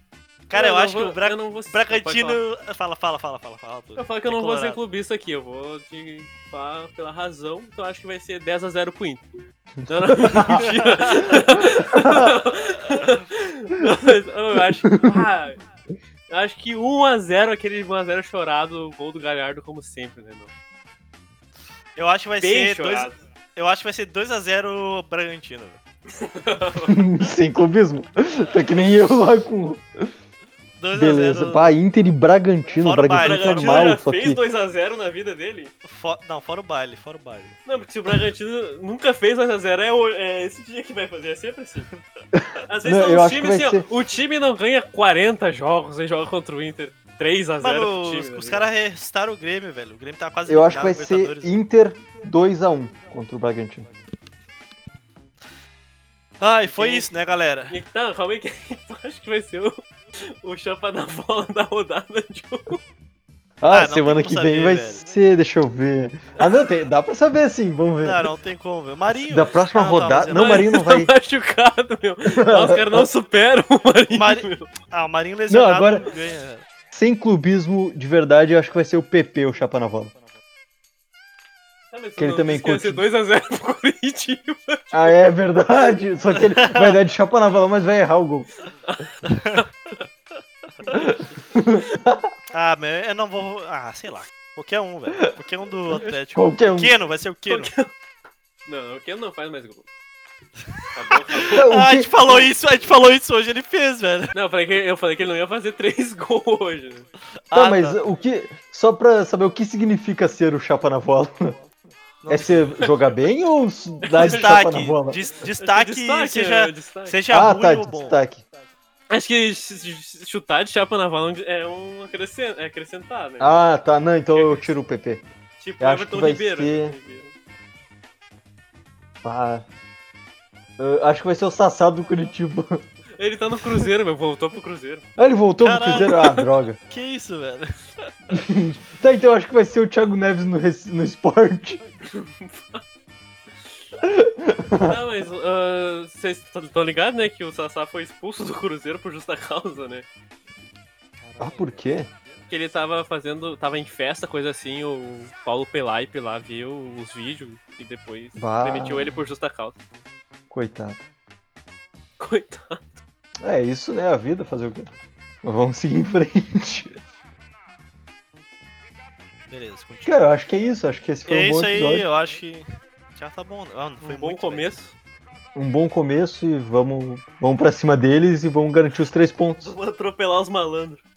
Cara, eu,
não
acho
vou-
que o Bra...
eu não vou- pode
Bragantino. Fala, fala, fala, fala, fala. tudo.
Eu falo que eu não vou ser
Colorado.
clubista aqui, eu vou te falar pela razão, então acho que vai ser 10x0 pro Inter. Não, não, mentira. Não, eu acho, ah, eu acho que 1x0, aquele 1x0 chorado, o gol do Galhardo, como sempre, né, meu?
Eu acho que vai
Bem
ser. dois-
chorado.
Eu acho que vai ser 2x0 Bragantino. velho.
Sem clubismo. Tá que nem eu lá com.
2
Beleza,
a 0
bah, Inter e Bragantino.
Fora o
Bragantino
Bayern,
tá
Bragantino
mal,
já
só
fez
que.
2x0 na vida dele?
Fo- Não, fora o baile, fora o baile.
Não, porque se o Bragantino nunca fez 2x0, é, o- é esse dia que vai fazer, é sempre assim. Às vezes
Não,
é
eu
um
acho
time
que
assim,
vai
ó, o time não ganha 40 jogos e joga contra o Inter 3x0 pro
Mano,
time.
os,
tá
os
ligado?
caras restaram o Grêmio, velho. O Grêmio tá quase
Eu acho que vai
eliminado,
ser
Libertadores.
Inter 2x1 contra o Bragantino.
Ai, foi
Quem-
isso, né, galera?
Então, calma aí que eu acho que vai ser o, o chapa da bola da rodada de hoje.
Ah,
Ah,
não
semana
tem como
que vem
saber,
vai
velho.
ser, deixa eu ver. Ah, não, tem, dá pra saber sim, vamos ver.
Não, não tem como, velho. Marinho.
Da próxima
Ah, tá, mas
rodada.
é
Não, Marinho
Marinho.
não
tá
vai.
machucado, meu. Não, os caras não superam o Marinho.
Mari-
meu.
Ah, o Marinho lesionado
Não, agora-
ganha.
Sem clubismo de verdade, eu acho que vai ser o PP, o Chapa na bola.
Ah, mas
Que ele
não
também
esquece,
curte.
2x0 pro Corinthians.
Ah, é verdade. Só que ele vai dar de Chapa na bola, mas vai errar o gol.
Ah, mas eu não vou. Ah, sei lá. Qualquer um, velho. Qualquer um do Atlético.
Qualquer um.
Keno, vai ser o Keno.
Não, o Keno não faz mais gol. Acabou, acabou.
Então, o
Ah, a gente
que-
falou isso, a gente falou isso hoje, ele fez, velho.
Não, eu falei, que, eu falei que ele não ia fazer 3 gols hoje. né?
Tá,
Ah,
mas o que. Só pra saber o que significa ser o Chapa na bola.
Não
É ser jogar bem ou dar de Chapa na
Destaque,
bola?
des- destaque,
né,
seja,
destaque.
seja
Ah,
ruim
tá,
ou
de
bom.
destaque.
Acho que ch- ch- chutar de chapa na vala é um acrescen- é acrescentar, né?
Ah, tá, não, então eu tiro o PP.
tipo
eu acho
Everton
que vai
Ribeiro.
ser-
Everton Ribeiro.
Ah. Eu acho que vai ser o Sassá do Curitiba.
Ele tá no Cruzeiro, meu. Voltou pro Cruzeiro.
Ah, ele voltou
Caralho.
pro Cruzeiro. Ah, droga.
Que isso, velho?
Tá, então eu acho que vai ser o Thiago Neves no, res- no esporte.
Não, mas ah, vocês estão ligados, né? Que o Sassá foi expulso do Cruzeiro por justa causa, né?
Ah, por quê?
Que ele tava fazendo. tava em festa, coisa assim. O Paulo Pelaipe lá viu os vídeos e depois
Bah.
demitiu ele por justa causa.
Coitado.
Coitado.
É isso, né? A vida fazer o quê? Mas vamos seguir em frente.
Beleza, continua.
Cara, eu acho que é isso. Acho que esse foi
é
um bom
isso aí,
episódio.
eu acho que. Já tá bom. Ah, não, foi
Foi um bom
muito,
começo.
Um bom começo e vamos, vamos pra cima deles e vamos garantir os três pontos.
Vou atropelar os malandros.